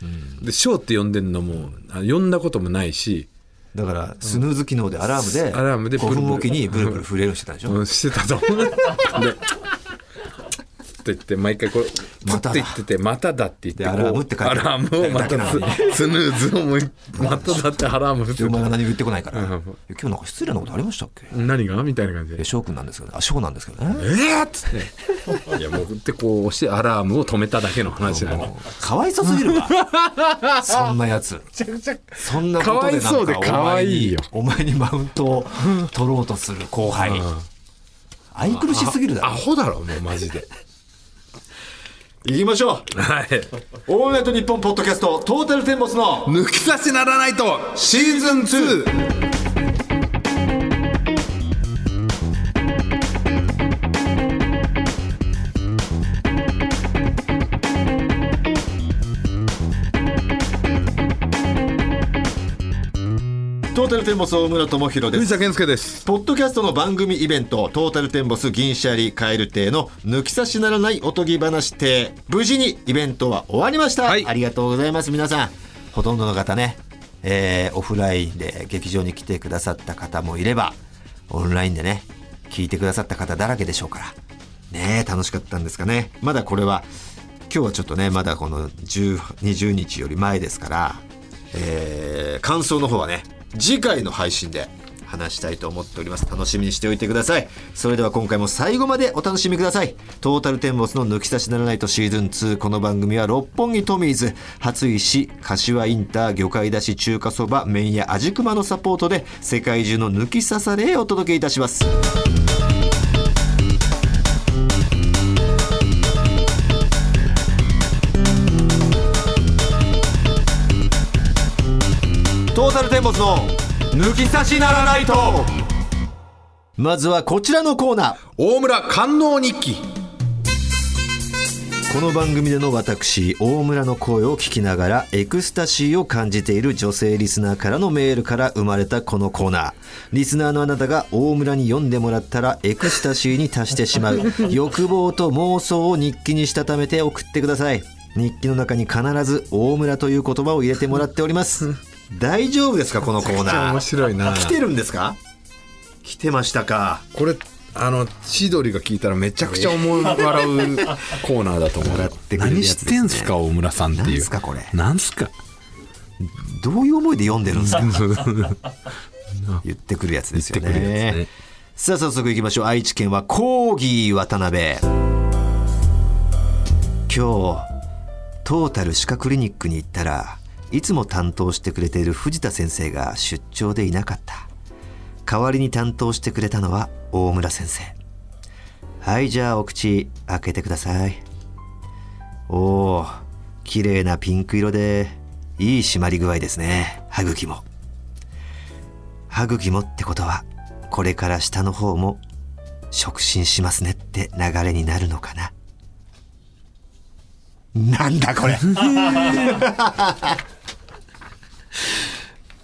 [SPEAKER 2] で翔って呼んでんのもあ呼んだこともないし、
[SPEAKER 1] だからスヌーズ機能でアラームで
[SPEAKER 2] アラームで
[SPEAKER 1] 5分おきにブルブル震えるようにしてたでしょ、
[SPEAKER 2] うん、してたと思うでって言って毎回これ
[SPEAKER 1] ま
[SPEAKER 2] ま
[SPEAKER 1] た
[SPEAKER 2] た
[SPEAKER 1] だ
[SPEAKER 2] って言ってて「まただ」って言って
[SPEAKER 1] でアラームって書いてある
[SPEAKER 2] アラームをまた
[SPEAKER 1] だけなの
[SPEAKER 2] ススヌーズをもうまただってアラーム
[SPEAKER 1] でお前が何も言ってこないから、
[SPEAKER 2] ん
[SPEAKER 1] いや今日なんか失礼なことありましたっけ
[SPEAKER 2] 何がみたいな感じで
[SPEAKER 1] え翔くんなんですけどねあ翔なんですけどね
[SPEAKER 2] えっ!」っつっていやもうってこう押してアラームを止めただけの話なの
[SPEAKER 1] もうかわいそうすぎ るわそんなやつそんなことでなんか
[SPEAKER 2] かわいそうでかわいいよ
[SPEAKER 1] お前にお前にマウントを取ろうとする後輩、愛くるしすぎるだ
[SPEAKER 2] ア
[SPEAKER 1] ろ
[SPEAKER 2] ホだろもうマジで
[SPEAKER 1] 行きましょう
[SPEAKER 2] はい
[SPEAKER 1] オールナイトニッポンポッドキャストトータルテンボスの
[SPEAKER 2] 抜き差しならないとシーズン 2!
[SPEAKER 1] トータルテンボス大村智博で
[SPEAKER 2] 藤
[SPEAKER 1] す
[SPEAKER 2] 田健介です
[SPEAKER 1] ポッドキャストの番組イベント「トータルテンボス銀シャリカエル亭」の抜き差しならないおとぎ話亭無事にイベントは終わりました、
[SPEAKER 2] はい
[SPEAKER 1] ありがとうございます皆さんほとんどの方ね、えーオフラインで劇場に来てくださった方もいればオンラインでね聞いてくださった方だらけでしょうからねえ楽しかったんですかねまだこれは今日はちょっとねまだこの10 20日より前ですから、えー感想の方はね次回の配信で話したいと思っております楽しみにしておいてくださいそれでは今回も最後までお楽しみくださいトータルテンボスの抜き差しならないとシーズン2この番組は六本木トミーズ初石柏インター魚介だし中華そば麺屋味熊のサポートで世界中の抜き差されへお届けいたしますトータルテンボスの抜き差しならないとまずはこちらのコーナー
[SPEAKER 2] 大村官能日記
[SPEAKER 1] この番組での私大村の声を聞きながらエクスタシーを感じている女性リスナーからのメールから生まれたこのコーナーリスナーのあなたが大村に読んでもらったらエクスタシーに達してしまう欲望と妄想を日記にしたためて送ってください日記の中に必ず大村という言葉を入れてもらっております大丈夫ですかこのコー
[SPEAKER 2] めちゃくち
[SPEAKER 1] ナー
[SPEAKER 2] ゃ面白いな
[SPEAKER 1] 来てるんですか来てましたか
[SPEAKER 2] これあの千鳥が聞いたらめちゃくちゃ思 う笑うコーナーだと思う
[SPEAKER 1] 笑ってくれるや
[SPEAKER 2] 何
[SPEAKER 1] つで
[SPEAKER 2] し
[SPEAKER 1] すね
[SPEAKER 2] てんすか大村さんっていう
[SPEAKER 1] なんすかこれ
[SPEAKER 2] なんすか
[SPEAKER 1] どういう思いで読んでるん ですか言ってくるやつですよね
[SPEAKER 2] 言ってくるやつね
[SPEAKER 1] さあ早速いきましょう愛知県はコーギー渡辺今日トータル歯科クリニックに行ったらいつも担当してくれている藤田先生が出張でいなかった代わりに担当してくれたのは大村先生はいじゃあお口開けてくださいおお綺麗なピンク色でいい締まり具合ですね歯茎も歯茎もってことはこれから下の方も触診しますねって流れになるのかななんだこれ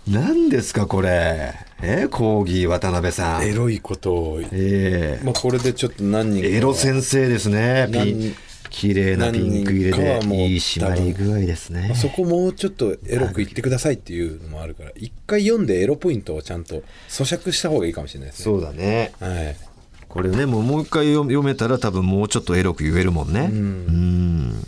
[SPEAKER 1] 何ですかこれえ講義渡辺さん
[SPEAKER 2] エロいことを
[SPEAKER 1] ええ
[SPEAKER 2] もうこれでちょっと何人か
[SPEAKER 1] エロ先生ですね。ピン
[SPEAKER 2] 何
[SPEAKER 1] 綺麗なピンク入れで
[SPEAKER 2] 何人かはもう
[SPEAKER 1] いい締まり具合ですね
[SPEAKER 2] まあ。そこもうちょっとエロく言ってくださいっていうのもあるから一回読んでエロポイントをちゃんと咀嚼した方がいいかもしれないですね
[SPEAKER 1] そうだね。
[SPEAKER 2] はい
[SPEAKER 1] これねもうもう一回読読めたら多分もうちょっとエロく言えるもんね。うん。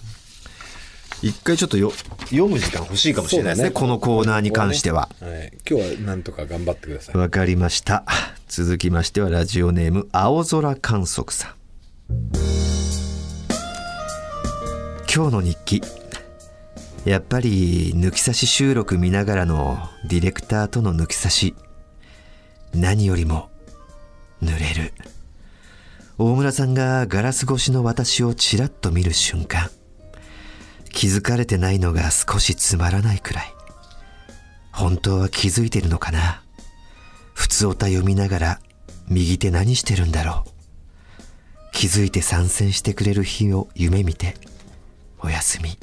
[SPEAKER 1] 一回ちょっとよ読む時間欲しいかもしれないですね。
[SPEAKER 2] そうだ
[SPEAKER 1] こ
[SPEAKER 2] ね
[SPEAKER 1] のコーナーに関しては。
[SPEAKER 2] はい、今日はなんとか頑張ってください
[SPEAKER 1] わかりました。続きましてはラジオネーム青空観測さん。今日の日記。やっぱり抜き差し収録見ながらのディレクターとの抜き差し。何よりも濡れる。大村さんがガラス越しの私をちらっと見る瞬間。気づかれてないのが少しつまらないくらい。本当は気づいてるのかな普通おた読みながら、右手何してるんだろう。気づいて参戦してくれる日を夢見て、おやすみ。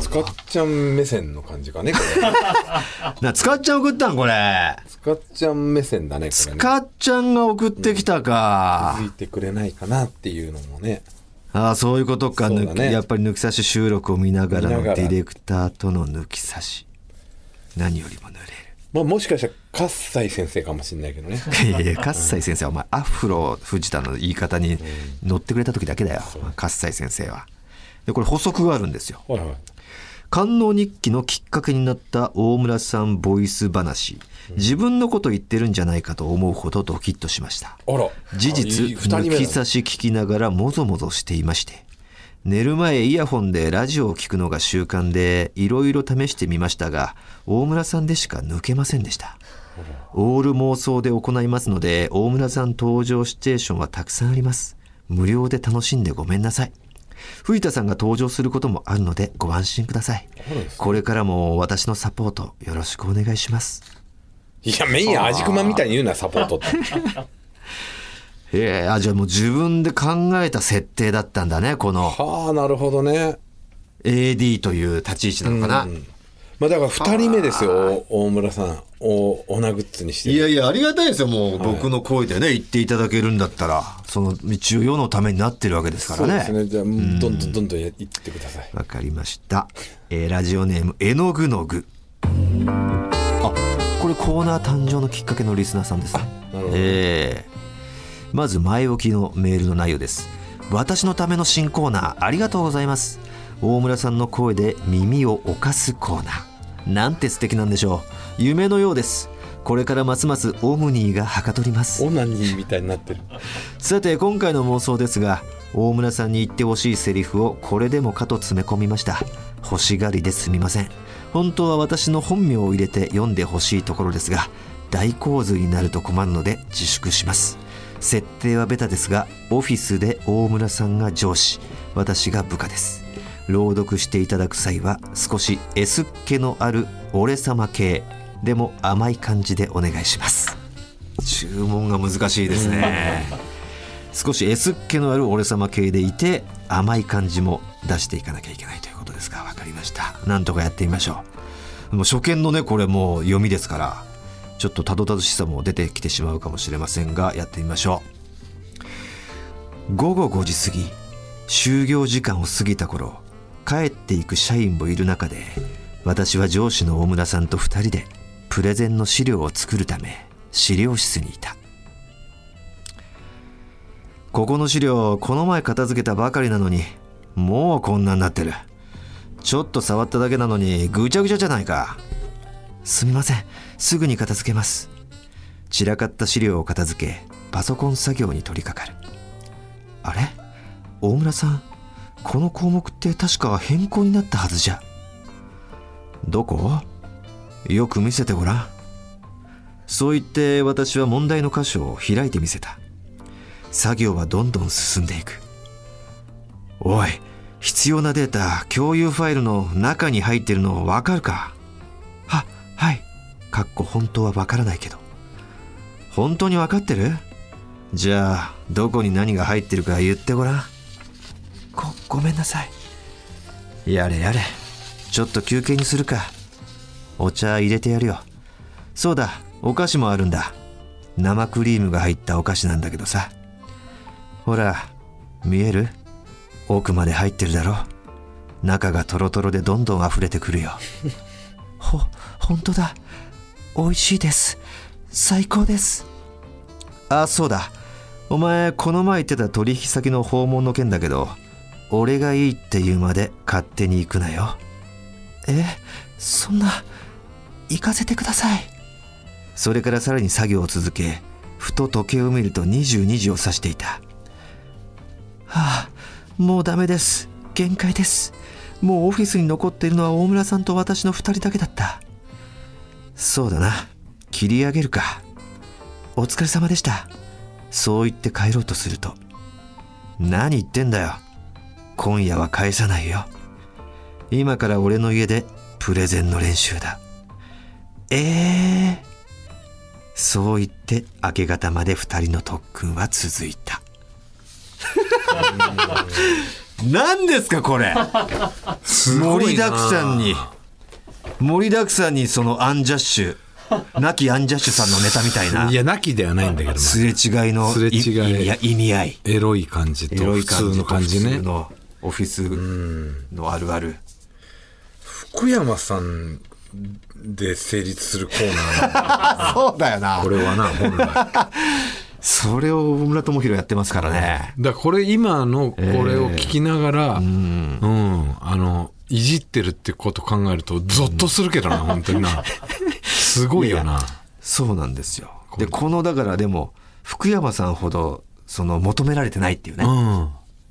[SPEAKER 2] つかっちゃん目線の感じかねこれ
[SPEAKER 1] な、つかっちゃん送ったんこれ。
[SPEAKER 2] つかっちゃん目線だねこれ
[SPEAKER 1] つ
[SPEAKER 2] ね
[SPEAKER 1] かっちゃんが送ってきたか
[SPEAKER 2] 気。づいてくれないかなっていうのもね
[SPEAKER 1] ああ、そういうことか、
[SPEAKER 2] そうだ
[SPEAKER 1] 抜き
[SPEAKER 2] ね
[SPEAKER 1] やっぱり抜き差し収録を見ながらの
[SPEAKER 2] 見ながら
[SPEAKER 1] ディレクターとの抜き差し。何よりも濡れる。
[SPEAKER 2] まあもしかしたら喝采先生かもしれないけどね
[SPEAKER 1] いやいや、 葛西先生はお前、アフロ藤田の言い方に乗ってくれた時だけだよ、葛西先生は。で、これ補足があるんですよ。
[SPEAKER 2] はいはい
[SPEAKER 1] 観能日記のきっかけになった大村さんボイス話。自分のこと言ってるんじゃないかと思うほどドキッとしました。
[SPEAKER 3] あら
[SPEAKER 1] 事実
[SPEAKER 3] あいい二人目
[SPEAKER 1] 抜
[SPEAKER 3] だ
[SPEAKER 1] き差し聞きながらもぞもぞしていまして寝る前イヤホンでラジオを聞くのが習慣でいろいろ試してみましたが大村さんでしか抜けませんでしたオール妄想で行いますので大村さん登場シチュエーションはたくさんあります無料で楽しんでごめんなさい藤田さんが登場することもあるのでご安心くださいこれからも私のサポートよろしくお願いします
[SPEAKER 3] いやメイン味熊みたいに言うなサポートって
[SPEAKER 1] ええあじゃあもう自分で考えた設定だったんだねこの
[SPEAKER 3] はあなるほどね
[SPEAKER 1] AD という立ち位置なのかな、
[SPEAKER 3] まあだから2人目ですよ大村さんおオナグッズにして
[SPEAKER 1] いやいやありがたいですよもう僕の声でね言っていただけるんだったらその一応世のためになってるわけですか
[SPEAKER 3] そうで
[SPEAKER 1] ら
[SPEAKER 3] す
[SPEAKER 1] ね
[SPEAKER 3] ねじゃあどんどんどんどんやいってください
[SPEAKER 1] わかりました、えーラジオネームえのぐのぐあこれコーナー誕生のきっかけのリスナーさんですね
[SPEAKER 3] なるほど
[SPEAKER 1] ええまず前置きのメールの内容です私のための新コーナーありがとうございます大村さんの声で耳を犯すコーナーなんて素敵なんでしょう夢のようですこれからますますオムニーがはかどります
[SPEAKER 3] オナニーみたいになってる
[SPEAKER 1] さて今回の妄想ですが大村さんに言ってほしいセリフをこれでもかと詰め込みました欲しがりですみません本当は私の本名を入れて読んでほしいところですが大洪水になると困るので自粛します設定はベタですがオフィスで大村さんが上司私が部下です朗読していただく際は少し S っ気のある俺様系でも甘い感じでお願いします注文が難しいです ね少し S っ気のある俺様系でいて甘い感じも出していかなきゃいけないということですか分かりましたなんとかやってみましょうもう初見のねこれもう読みですからちょっとたどたどしさも出てきてしまうかもしれませんがやってみましょう午後5時過ぎ就業時間を過ぎた頃帰っていく社員もいる中で私は上司の大村さんと2人でプレゼンの資料を作るため資料室にいたここの資料この前片付けたばかりなのにもうこんなになってるちょっと触っただけなのにぐちゃぐちゃじゃないかすみませんすぐに片付けます散らかった資料を片付けパソコン作業に取り掛かるあれ大村さんこの項目って確か変更になったはずじゃどこよく見せてごらんそう言って私は問題の箇所を開いてみせた作業はどんどん進んでいくおい必要なデータ共有ファイルの中に入ってるの分かるかははいかっこ本当は分からないけど本当に分かってるじゃあどこに何が入ってるか言ってごらんごごめんなさいやれやれちょっと休憩にするかお茶入れてやるよそうだお菓子もあるんだ生クリームが入ったお菓子なんだけどさほら見える奥まで入ってるだろ中がトロトロでどんどん溢れてくるよほ本当だ美味しいです最高ですあそうだお前この前言ってた取引先の訪問の件だけど俺がいいって言うまで勝手に行くなよえそんな行かせてくださいそれからさらに作業を続けふと時計を見ると22時を指していたはあもうダメです限界ですもうオフィスに残っているのは大村さんと私の2人だけだったそうだな切り上げるかお疲れ様でしたそう言って帰ろうとすると何言ってんだよ今夜は返さないよ今から俺の家でプレゼンの練習だええー、そう言って明け方まで二人の特訓は続いた何ですかこれ
[SPEAKER 2] すご
[SPEAKER 1] 盛り
[SPEAKER 2] いな
[SPEAKER 1] だくさんに盛りだくさんにそのアンジャッシュ亡きアンジャッシュさんのネタみたいない
[SPEAKER 2] やなきではないんだけど
[SPEAKER 1] すれ違いの
[SPEAKER 2] すれ違い
[SPEAKER 1] 意味や意味合い
[SPEAKER 2] エロい感じ
[SPEAKER 1] エ
[SPEAKER 2] と
[SPEAKER 1] ロ
[SPEAKER 2] 普
[SPEAKER 1] い感
[SPEAKER 2] 通
[SPEAKER 1] じ
[SPEAKER 2] の
[SPEAKER 1] と
[SPEAKER 2] 感じ
[SPEAKER 1] 普
[SPEAKER 2] ね
[SPEAKER 1] 通のオフィスのあるある
[SPEAKER 3] 福山さんで成立するコーナーなの
[SPEAKER 1] そうだよな
[SPEAKER 3] これはな 本来
[SPEAKER 1] それを大村智弘やってますからね
[SPEAKER 2] だからこれ今のこれを聞きながら、うん、あのいじってるってこと考えるとゾッとするけどな、本当になすごいよな
[SPEAKER 1] そうなんですよでこのだからでも福山さんほどその求められてないっていうね、
[SPEAKER 2] うん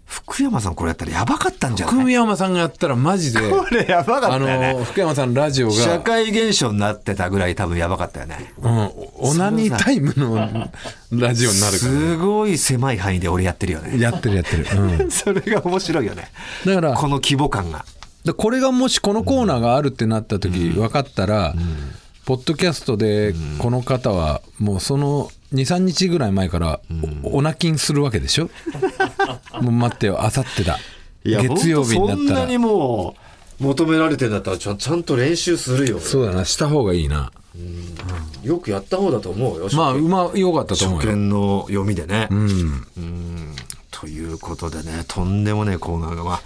[SPEAKER 1] 福山さんこれやったらやばかったんじゃない
[SPEAKER 2] 福山さんがやったらマジで
[SPEAKER 1] これやばか
[SPEAKER 2] あ
[SPEAKER 1] ったよね
[SPEAKER 2] の福山さんのラジオ
[SPEAKER 1] 社
[SPEAKER 2] が、
[SPEAKER 1] 会現象になってたぐらい多分やばかったよね
[SPEAKER 2] うん、オナニータイムのラジオになるから
[SPEAKER 1] すごい狭い範囲で俺やってるよね
[SPEAKER 2] やってるやってる、うん、だ
[SPEAKER 1] それが面白いよね
[SPEAKER 2] から
[SPEAKER 1] この規模感が
[SPEAKER 2] でこれがもしこのコーナーがあるってなった時分かったら、ポッドキャストでこの方はもうその23日ぐらい前からおお泣きんするわけでし ょもう待ってよあさってだ月曜日にな
[SPEAKER 1] そんな
[SPEAKER 2] った
[SPEAKER 1] に
[SPEAKER 2] ら
[SPEAKER 1] もう求められてんだったらちゃちゃんと練習するよ
[SPEAKER 2] そうだなした方がいいな
[SPEAKER 1] よくやった方だと思うよ
[SPEAKER 2] まあう
[SPEAKER 1] 初
[SPEAKER 2] まよかったと
[SPEAKER 1] 見
[SPEAKER 2] 思う
[SPEAKER 1] 初
[SPEAKER 2] よ
[SPEAKER 1] 見の読みでね、
[SPEAKER 2] うん
[SPEAKER 1] ということでねとんでもねえコーナーがまあ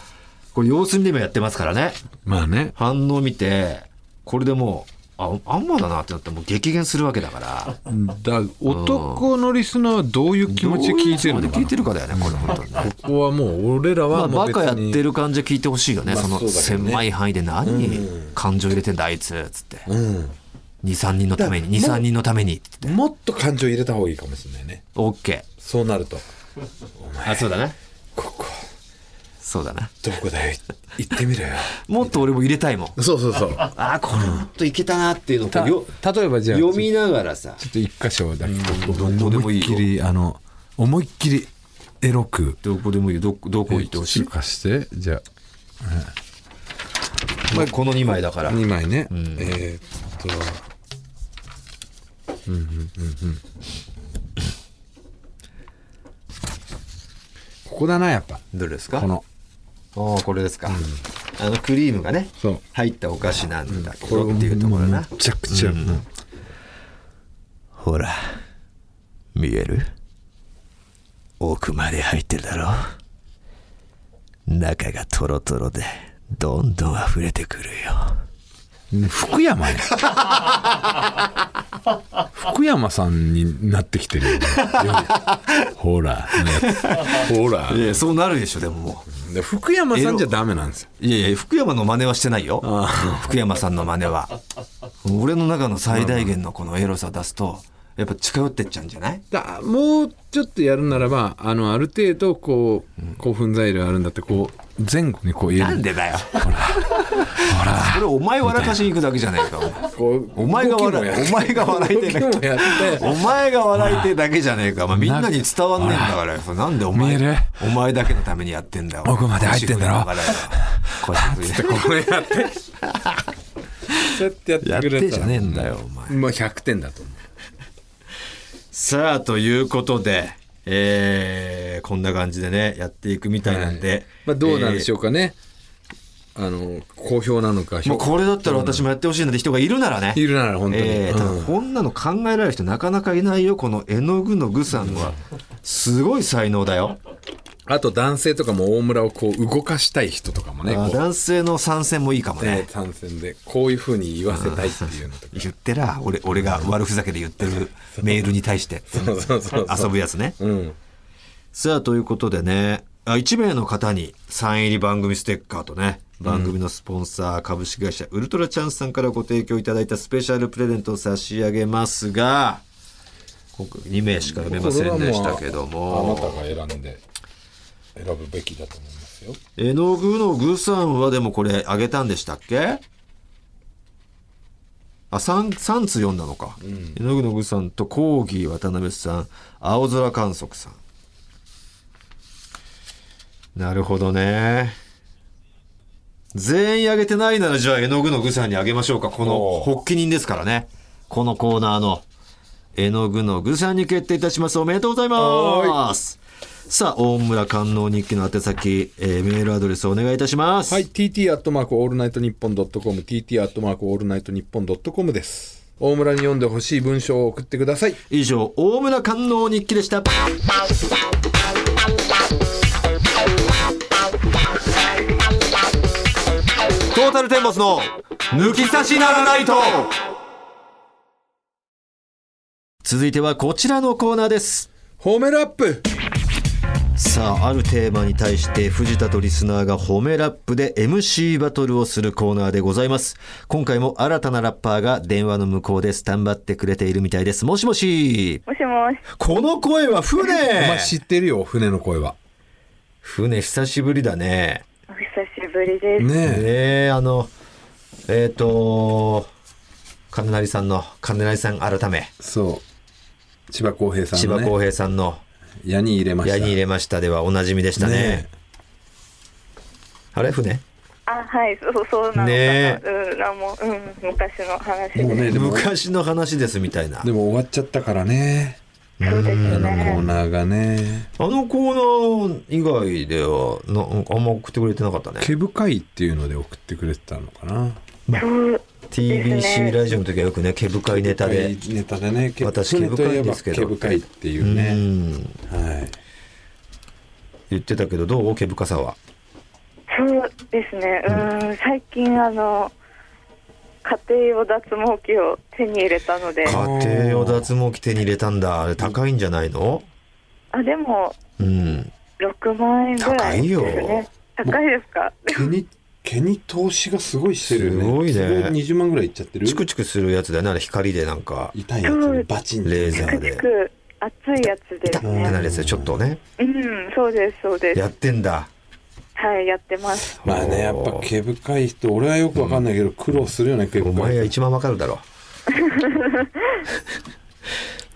[SPEAKER 1] これ様子見でもやってますからね
[SPEAKER 2] まあね
[SPEAKER 1] 反応見てこれでもうああんまだなってなったらもう激減するわけだから
[SPEAKER 2] だ男のリスナーはどういう気持ちで聞いてるの
[SPEAKER 1] どううつもりで
[SPEAKER 2] か
[SPEAKER 1] 聞い
[SPEAKER 2] な
[SPEAKER 1] てるかだよねこれ本当にね
[SPEAKER 2] ここはもう俺ら
[SPEAKER 1] ま
[SPEAKER 2] は
[SPEAKER 1] あ、
[SPEAKER 2] もう
[SPEAKER 1] バ
[SPEAKER 2] 別
[SPEAKER 1] カやっ
[SPEAKER 2] に
[SPEAKER 1] てる感じで聞いてほしいよね、
[SPEAKER 3] まあ
[SPEAKER 1] その
[SPEAKER 3] そうだけどね
[SPEAKER 1] 狭い範囲で何に感情入れてんだあいつっつって、23人のために
[SPEAKER 3] だから
[SPEAKER 1] 23人のためにっつって
[SPEAKER 3] もっと感情入れた方がいいかもしれないね
[SPEAKER 1] OK
[SPEAKER 3] そうなると
[SPEAKER 1] あそうだね
[SPEAKER 3] ここ
[SPEAKER 1] そうだな
[SPEAKER 3] どこだよ行ってみろよ
[SPEAKER 1] もっと俺も入れたいもん
[SPEAKER 3] そうそうそう
[SPEAKER 1] ああこれもっといけたなっていうのをこうよ
[SPEAKER 2] た例えばじゃあ
[SPEAKER 1] 読みながらさ
[SPEAKER 2] ちょっと一箇所だけ
[SPEAKER 1] どこでもいいよ
[SPEAKER 2] 思っきりあの思いっきりエロく
[SPEAKER 1] どこでもいいよどこどこ行ってほしい、
[SPEAKER 2] 貸してじゃ
[SPEAKER 1] まあ、この2枚だか
[SPEAKER 2] あ
[SPEAKER 1] ら
[SPEAKER 2] 2枚ね、えーっとここだなやっぱ
[SPEAKER 1] どれですか
[SPEAKER 2] この
[SPEAKER 1] ああこれですか、あのクリームがね
[SPEAKER 2] そう
[SPEAKER 1] 入ったお菓子なんだけどっていうところな、
[SPEAKER 2] めちゃくちゃ、うん
[SPEAKER 1] ほら、見える奥まで入ってるだろ中がトロトロで、どんどん溢れてくるよ。
[SPEAKER 2] 福山や福山さんになってきてるよねよりほら
[SPEAKER 3] ほら
[SPEAKER 1] いやそうなるでしょ、でもも
[SPEAKER 3] で福山さんじゃダメなんですよ
[SPEAKER 1] う。いやいや、福山の真似はしてないよ。福山さんの真似は。俺の中の最大限のこのエロさ出すと、やっぱ近寄ってっちゃうんじゃない
[SPEAKER 2] だもうちょっとやるならばあのある程度こう興奮材料あるんだってこう前後にこう言え
[SPEAKER 1] なん
[SPEAKER 2] る
[SPEAKER 1] でだよ。ほら。それお前笑かしに行くだけじゃねえか。
[SPEAKER 2] こう
[SPEAKER 1] お前が
[SPEAKER 2] 動きもや
[SPEAKER 1] 笑
[SPEAKER 2] る
[SPEAKER 1] い、お前が笑いてない
[SPEAKER 2] 動きもやって
[SPEAKER 1] お前が笑いてだけじゃねえ か。まあ、みんなに伝わんねえんだから。そうなんでお前
[SPEAKER 2] 見える、
[SPEAKER 1] お前だけのためにやってんだよ。
[SPEAKER 2] 奥まで入ってんだろ
[SPEAKER 1] 腰振りながらよ。腰振りながら
[SPEAKER 3] これや って
[SPEAKER 2] そうやってやって
[SPEAKER 1] やっ
[SPEAKER 2] くれた
[SPEAKER 1] てじゃねえんだよ、お前。
[SPEAKER 3] まあ100点だと思う
[SPEAKER 1] さあ、ということで、えーこんな感じでね、やっていくみたいなんで。
[SPEAKER 2] まあ、どうなんでし
[SPEAKER 1] ょ
[SPEAKER 2] ょうかね、あの好評なのか
[SPEAKER 1] もうこれだったら私もやってほしいなんて人がいるならね。
[SPEAKER 2] いるなら本当に、
[SPEAKER 1] ええただ
[SPEAKER 2] うん
[SPEAKER 1] こんなの考えられる人なかなかいないよこの絵の具の具さんはすごい才能だよ
[SPEAKER 2] あと男性とかも大村をこう動かしたい人とかもねこ
[SPEAKER 1] あ
[SPEAKER 2] う、
[SPEAKER 1] 男性の参戦もいいかも
[SPEAKER 2] ね
[SPEAKER 1] ね、
[SPEAKER 2] 参戦でこういうふうに言わせたいっていうのとか
[SPEAKER 1] 言ってら俺俺が悪ふざけで言ってるメールに対して
[SPEAKER 2] そうそうそうそ
[SPEAKER 1] 遊ぶやつね
[SPEAKER 2] う、うん、
[SPEAKER 1] さあということでねあ1名の方にサイン入り番組ステッカーとね番組のスポンサー株式会社ウルトラチャンスさんからご提供いただいたスペシャルプレゼントを差し上げますが2名しか読めませんでしたけども
[SPEAKER 2] あなたが選んで選ぶべきだと思いますよ
[SPEAKER 1] 絵の具の具さんはでもこれあげたんでしたっけあ、3, 三通読んだのか、絵の具の具さんとコーギー渡辺さん青空観測さんなるほどね全員あげてないならじゃあ絵の具の具さんにあげましょうかこの
[SPEAKER 2] おう
[SPEAKER 1] 発起人ですからねこのコーナーの絵の具の具さんに決定いたしますおめでとうございますさあ大村観音日記の宛先、えーメールアドレスお願いいたします、
[SPEAKER 2] はい、TT アットマークオールナイトニッポンドットコム、TT アットマークオールナイトニッポンドットコムです。大村に読んでほしい文章を送ってください。
[SPEAKER 1] 以上大村観音日記でしたトータルテンボスの抜き差しならないと続いてはこちらのコーナーです
[SPEAKER 2] ホーメルアップ
[SPEAKER 1] さああるテーマに対して藤田とリスナーが褒めラップで MC バトルをするコーナーでございます今回も新たなラッパーが電話の向こうでスタンバってくれているみたいですもしもし
[SPEAKER 4] もしもし。
[SPEAKER 1] この声は
[SPEAKER 2] お
[SPEAKER 1] 船
[SPEAKER 2] 前知ってるよ船の声は
[SPEAKER 1] 船久しぶりだね
[SPEAKER 4] お久しぶりです。
[SPEAKER 1] ね
[SPEAKER 2] ねえ
[SPEAKER 1] えあのえっ、と金成さんの金成さん改め
[SPEAKER 2] そう千葉公平さん
[SPEAKER 1] 千葉
[SPEAKER 2] の、ね、
[SPEAKER 1] 公平さんの
[SPEAKER 2] 矢に入れま
[SPEAKER 1] 「
[SPEAKER 2] した
[SPEAKER 1] 矢に入れました」ではおなじみでしたね
[SPEAKER 2] ね
[SPEAKER 1] あれ船
[SPEAKER 4] あ、はい、そう、そうなのかな。
[SPEAKER 1] ね
[SPEAKER 4] うん、なんも、うん、昔の話で。
[SPEAKER 2] もうねでも
[SPEAKER 1] 昔の話ですみたいな
[SPEAKER 2] でも終わっちゃったからね
[SPEAKER 4] そうで
[SPEAKER 2] あのコ
[SPEAKER 4] す
[SPEAKER 2] ー
[SPEAKER 4] ね。
[SPEAKER 2] ナーがね
[SPEAKER 1] あのコーナー以外ではなあんま送ってくれてなかったね
[SPEAKER 2] 毛深いっていうので送ってくれてたのかな
[SPEAKER 4] そう、ですね
[SPEAKER 1] TBC ラジオの時はよくね毛深いネタで
[SPEAKER 2] 毛深いネタでね毛
[SPEAKER 1] 私毛深いんですけど
[SPEAKER 2] 船といえば毛深いっていううね
[SPEAKER 1] ん
[SPEAKER 2] はい
[SPEAKER 1] 言ってたけどどう毛深さは
[SPEAKER 4] そうですね。うん、最近、あの。家庭用脱毛器を手に入れたので。
[SPEAKER 1] 家庭用脱毛器手に入れたんだあれ高いんじゃないの
[SPEAKER 4] あ、でも、
[SPEAKER 1] うん
[SPEAKER 4] 六万円ぐらい
[SPEAKER 1] 高
[SPEAKER 4] です
[SPEAKER 1] いよ
[SPEAKER 4] ね。高いですか。
[SPEAKER 2] 毛に毛に投資がすごいしてるよね
[SPEAKER 1] すごいね
[SPEAKER 2] 20万ぐらいいっちゃってる
[SPEAKER 1] チクチクするやつだよねあれ光でなんか
[SPEAKER 2] 痛いやつねバチンって
[SPEAKER 1] レーザー
[SPEAKER 4] く
[SPEAKER 1] で
[SPEAKER 4] ちく、熱いやつです
[SPEAKER 1] ってな
[SPEAKER 4] ね。
[SPEAKER 1] るやつでちょっとね
[SPEAKER 4] うん、そうです、そうです
[SPEAKER 1] や。ってんだ
[SPEAKER 4] はい、やってます。
[SPEAKER 2] まあねやっぱ毛深い人俺はよくわかんないけど苦労するよね毛
[SPEAKER 1] お
[SPEAKER 2] 深
[SPEAKER 1] 前
[SPEAKER 2] い
[SPEAKER 1] が一番わかるだ ろ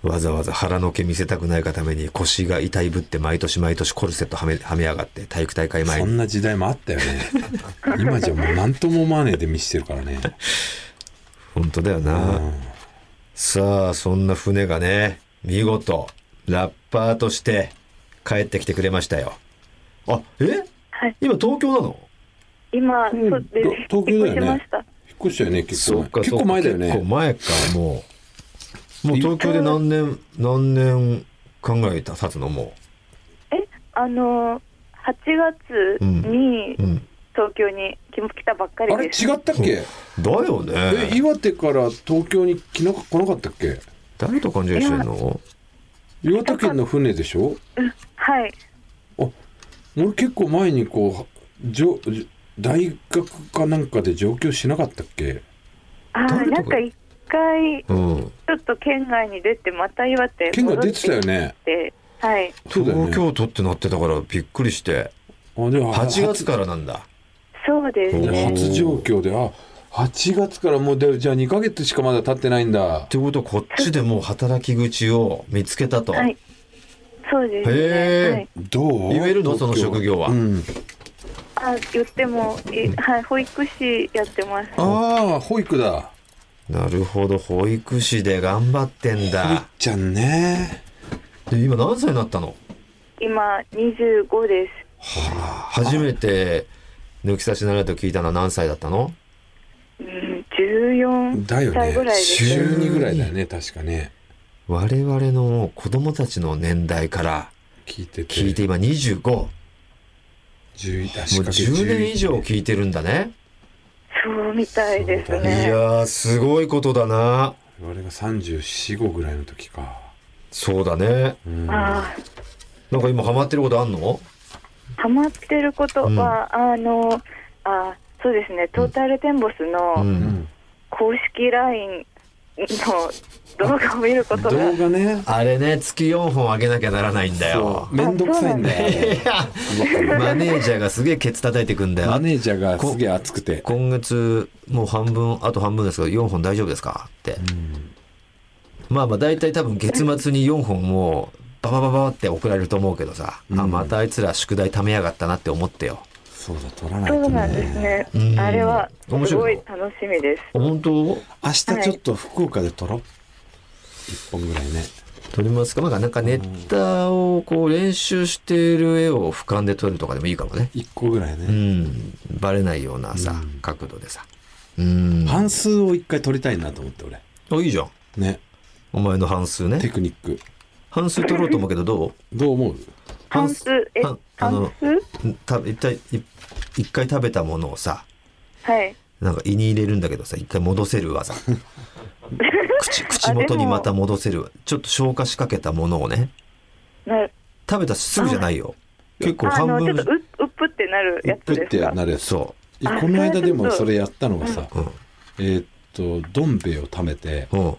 [SPEAKER 1] わざわざ腹の毛見せたくないがために腰が痛いぶって毎年毎年コルセットはめはめやがって体育大会前
[SPEAKER 2] そ
[SPEAKER 1] に
[SPEAKER 2] んな時代もあったよね今じゃもう何とも思わねえで見してるからね
[SPEAKER 1] 本当だよな、さあそんな船がね見事ラッパーとして帰ってきてくれましたよあえ
[SPEAKER 4] はい、
[SPEAKER 1] 今東京なの
[SPEAKER 4] 今、
[SPEAKER 2] うん
[SPEAKER 4] そうです。
[SPEAKER 2] 東京だよね
[SPEAKER 4] 引っ越しました。
[SPEAKER 2] 引っ越したよね結構前結
[SPEAKER 1] そう
[SPEAKER 2] 構前だよ
[SPEAKER 1] 結構
[SPEAKER 2] ね
[SPEAKER 1] 前かもうもう東京で何年何年考えた経つのも
[SPEAKER 4] えあの8月に
[SPEAKER 1] ううん
[SPEAKER 4] 東京に来たばっか
[SPEAKER 2] あ
[SPEAKER 4] り
[SPEAKER 2] れ違
[SPEAKER 4] です、
[SPEAKER 2] ったっけ
[SPEAKER 1] だよね
[SPEAKER 2] え岩手から東京に来なか来なかったっけ
[SPEAKER 1] 誰と勘違いしてんの
[SPEAKER 2] 岩手県の船でしょ
[SPEAKER 4] はい
[SPEAKER 2] あ俺結構前にこうじょじょ大学かなんかで上京しなかったっけ
[SPEAKER 4] あ
[SPEAKER 1] 誰とか
[SPEAKER 4] ーなんか一回ち
[SPEAKER 1] うん
[SPEAKER 4] ょっと県外に出てまた岩手
[SPEAKER 2] 県外
[SPEAKER 4] 戻っ
[SPEAKER 2] 出
[SPEAKER 4] て
[SPEAKER 2] てたよね
[SPEAKER 4] てはい
[SPEAKER 2] そうだよね
[SPEAKER 1] 東京都ってなってたからびっくりして
[SPEAKER 2] あでも
[SPEAKER 1] 8月からなんだ
[SPEAKER 4] そうです
[SPEAKER 1] おー
[SPEAKER 4] ね
[SPEAKER 2] 初上京であ8月からもうでじゃあ2ヶ月しかまだ経ってないんだ
[SPEAKER 1] ってことはこっちでもう働き口を見つけたと、
[SPEAKER 4] はいそうですね、
[SPEAKER 1] へー
[SPEAKER 4] はい、
[SPEAKER 2] どう
[SPEAKER 1] 言えるのその
[SPEAKER 2] 東
[SPEAKER 1] 職業は
[SPEAKER 2] うん、
[SPEAKER 4] あ言ってもいはい保育士やってます
[SPEAKER 2] ああ保育だ
[SPEAKER 1] なるほど保育士で頑張ってん
[SPEAKER 2] 保育
[SPEAKER 1] だ
[SPEAKER 2] ちゃんね
[SPEAKER 1] で今何歳になったの
[SPEAKER 4] 今25です
[SPEAKER 1] 初めて抜き差しなられと聞いたのは何歳だったの
[SPEAKER 4] うん
[SPEAKER 2] だよ
[SPEAKER 4] 14歳
[SPEAKER 2] ね
[SPEAKER 4] ぐらいです、
[SPEAKER 1] しゅ
[SPEAKER 2] 12ぐらいだよね確かね
[SPEAKER 1] 我々の子供たちの年代から
[SPEAKER 2] 聞いてて
[SPEAKER 1] 聞いて今25も
[SPEAKER 2] 10
[SPEAKER 1] う10年以上聞いてるんだね
[SPEAKER 4] そうみたいです
[SPEAKER 1] い
[SPEAKER 4] ね
[SPEAKER 1] やーすごいことだな
[SPEAKER 2] 我々が345ぐらいの時か
[SPEAKER 1] そうだね
[SPEAKER 2] うん
[SPEAKER 4] ああ
[SPEAKER 1] なんか今ハマってることあんの
[SPEAKER 4] ハマってることは、あのあそうですねトータルテンボス
[SPEAKER 1] う
[SPEAKER 4] の
[SPEAKER 1] ん
[SPEAKER 4] 公式 LINE の動画を見ることが、
[SPEAKER 2] 動画ね
[SPEAKER 1] あれね、月4本あげなきゃならないんだよ
[SPEAKER 2] そ。うめんどくさいんだよ
[SPEAKER 1] マネージャーがすげえケツ叩いてくんだよ。
[SPEAKER 2] マネージャーがすげえ熱くて
[SPEAKER 1] 今月もう半分、あと半分ですけど、4本大丈夫ですかって。まあまあ大体多分月末に4本をバババババって送られると思うけどさ、あ、またあいつら宿題ためやがったなって思ってよ。
[SPEAKER 2] そうだ取らない
[SPEAKER 4] そう
[SPEAKER 2] と
[SPEAKER 4] なんです
[SPEAKER 2] ね
[SPEAKER 4] ね、
[SPEAKER 1] うん
[SPEAKER 4] あれは
[SPEAKER 1] 面
[SPEAKER 4] すご
[SPEAKER 1] 白い
[SPEAKER 4] い楽しみです
[SPEAKER 1] 本当
[SPEAKER 2] 明日ちょっと福岡で取ろう1本ぐらいね
[SPEAKER 1] 撮りますかまあなんかネタをこう練習している絵を俯瞰で撮るとかでもいいかもね。
[SPEAKER 2] 1個ぐらいうね
[SPEAKER 1] ん。バレないようなさ、角度でさ。うん。あ、
[SPEAKER 2] 半数を1回取りたいなと思って俺
[SPEAKER 1] いいじゃん。
[SPEAKER 2] ね
[SPEAKER 1] お前の半数
[SPEAKER 2] テ
[SPEAKER 1] ね。
[SPEAKER 2] クニック
[SPEAKER 1] 半数取ろうと思うけど、ど
[SPEAKER 2] どう思う
[SPEAKER 1] う
[SPEAKER 4] 半数え
[SPEAKER 1] 半あ
[SPEAKER 4] 半
[SPEAKER 1] の、
[SPEAKER 4] 数
[SPEAKER 1] た一体、い一回食べたものをさ、
[SPEAKER 4] はい
[SPEAKER 1] なんか胃に入れるんだけどさ、一回戻せる技。口、口元にまた戻せる。ちょっと消化しかけたものをね、
[SPEAKER 4] な
[SPEAKER 1] 食べたらすぐじゃないよ。
[SPEAKER 5] よ
[SPEAKER 4] あ
[SPEAKER 2] 構
[SPEAKER 4] あ
[SPEAKER 2] 半
[SPEAKER 4] のち
[SPEAKER 2] 分
[SPEAKER 4] ょっとううっぷってなる
[SPEAKER 2] う
[SPEAKER 4] や
[SPEAKER 2] っ
[SPEAKER 4] つ
[SPEAKER 2] ぷっ
[SPEAKER 4] で
[SPEAKER 2] て
[SPEAKER 4] すか
[SPEAKER 2] なるやつ
[SPEAKER 1] そ
[SPEAKER 2] いやこの間でも
[SPEAKER 4] そ
[SPEAKER 2] それ
[SPEAKER 4] れ
[SPEAKER 2] やったのがさ、
[SPEAKER 1] う。うん。
[SPEAKER 2] えーっとどん兵衛を貯めて
[SPEAKER 1] うん。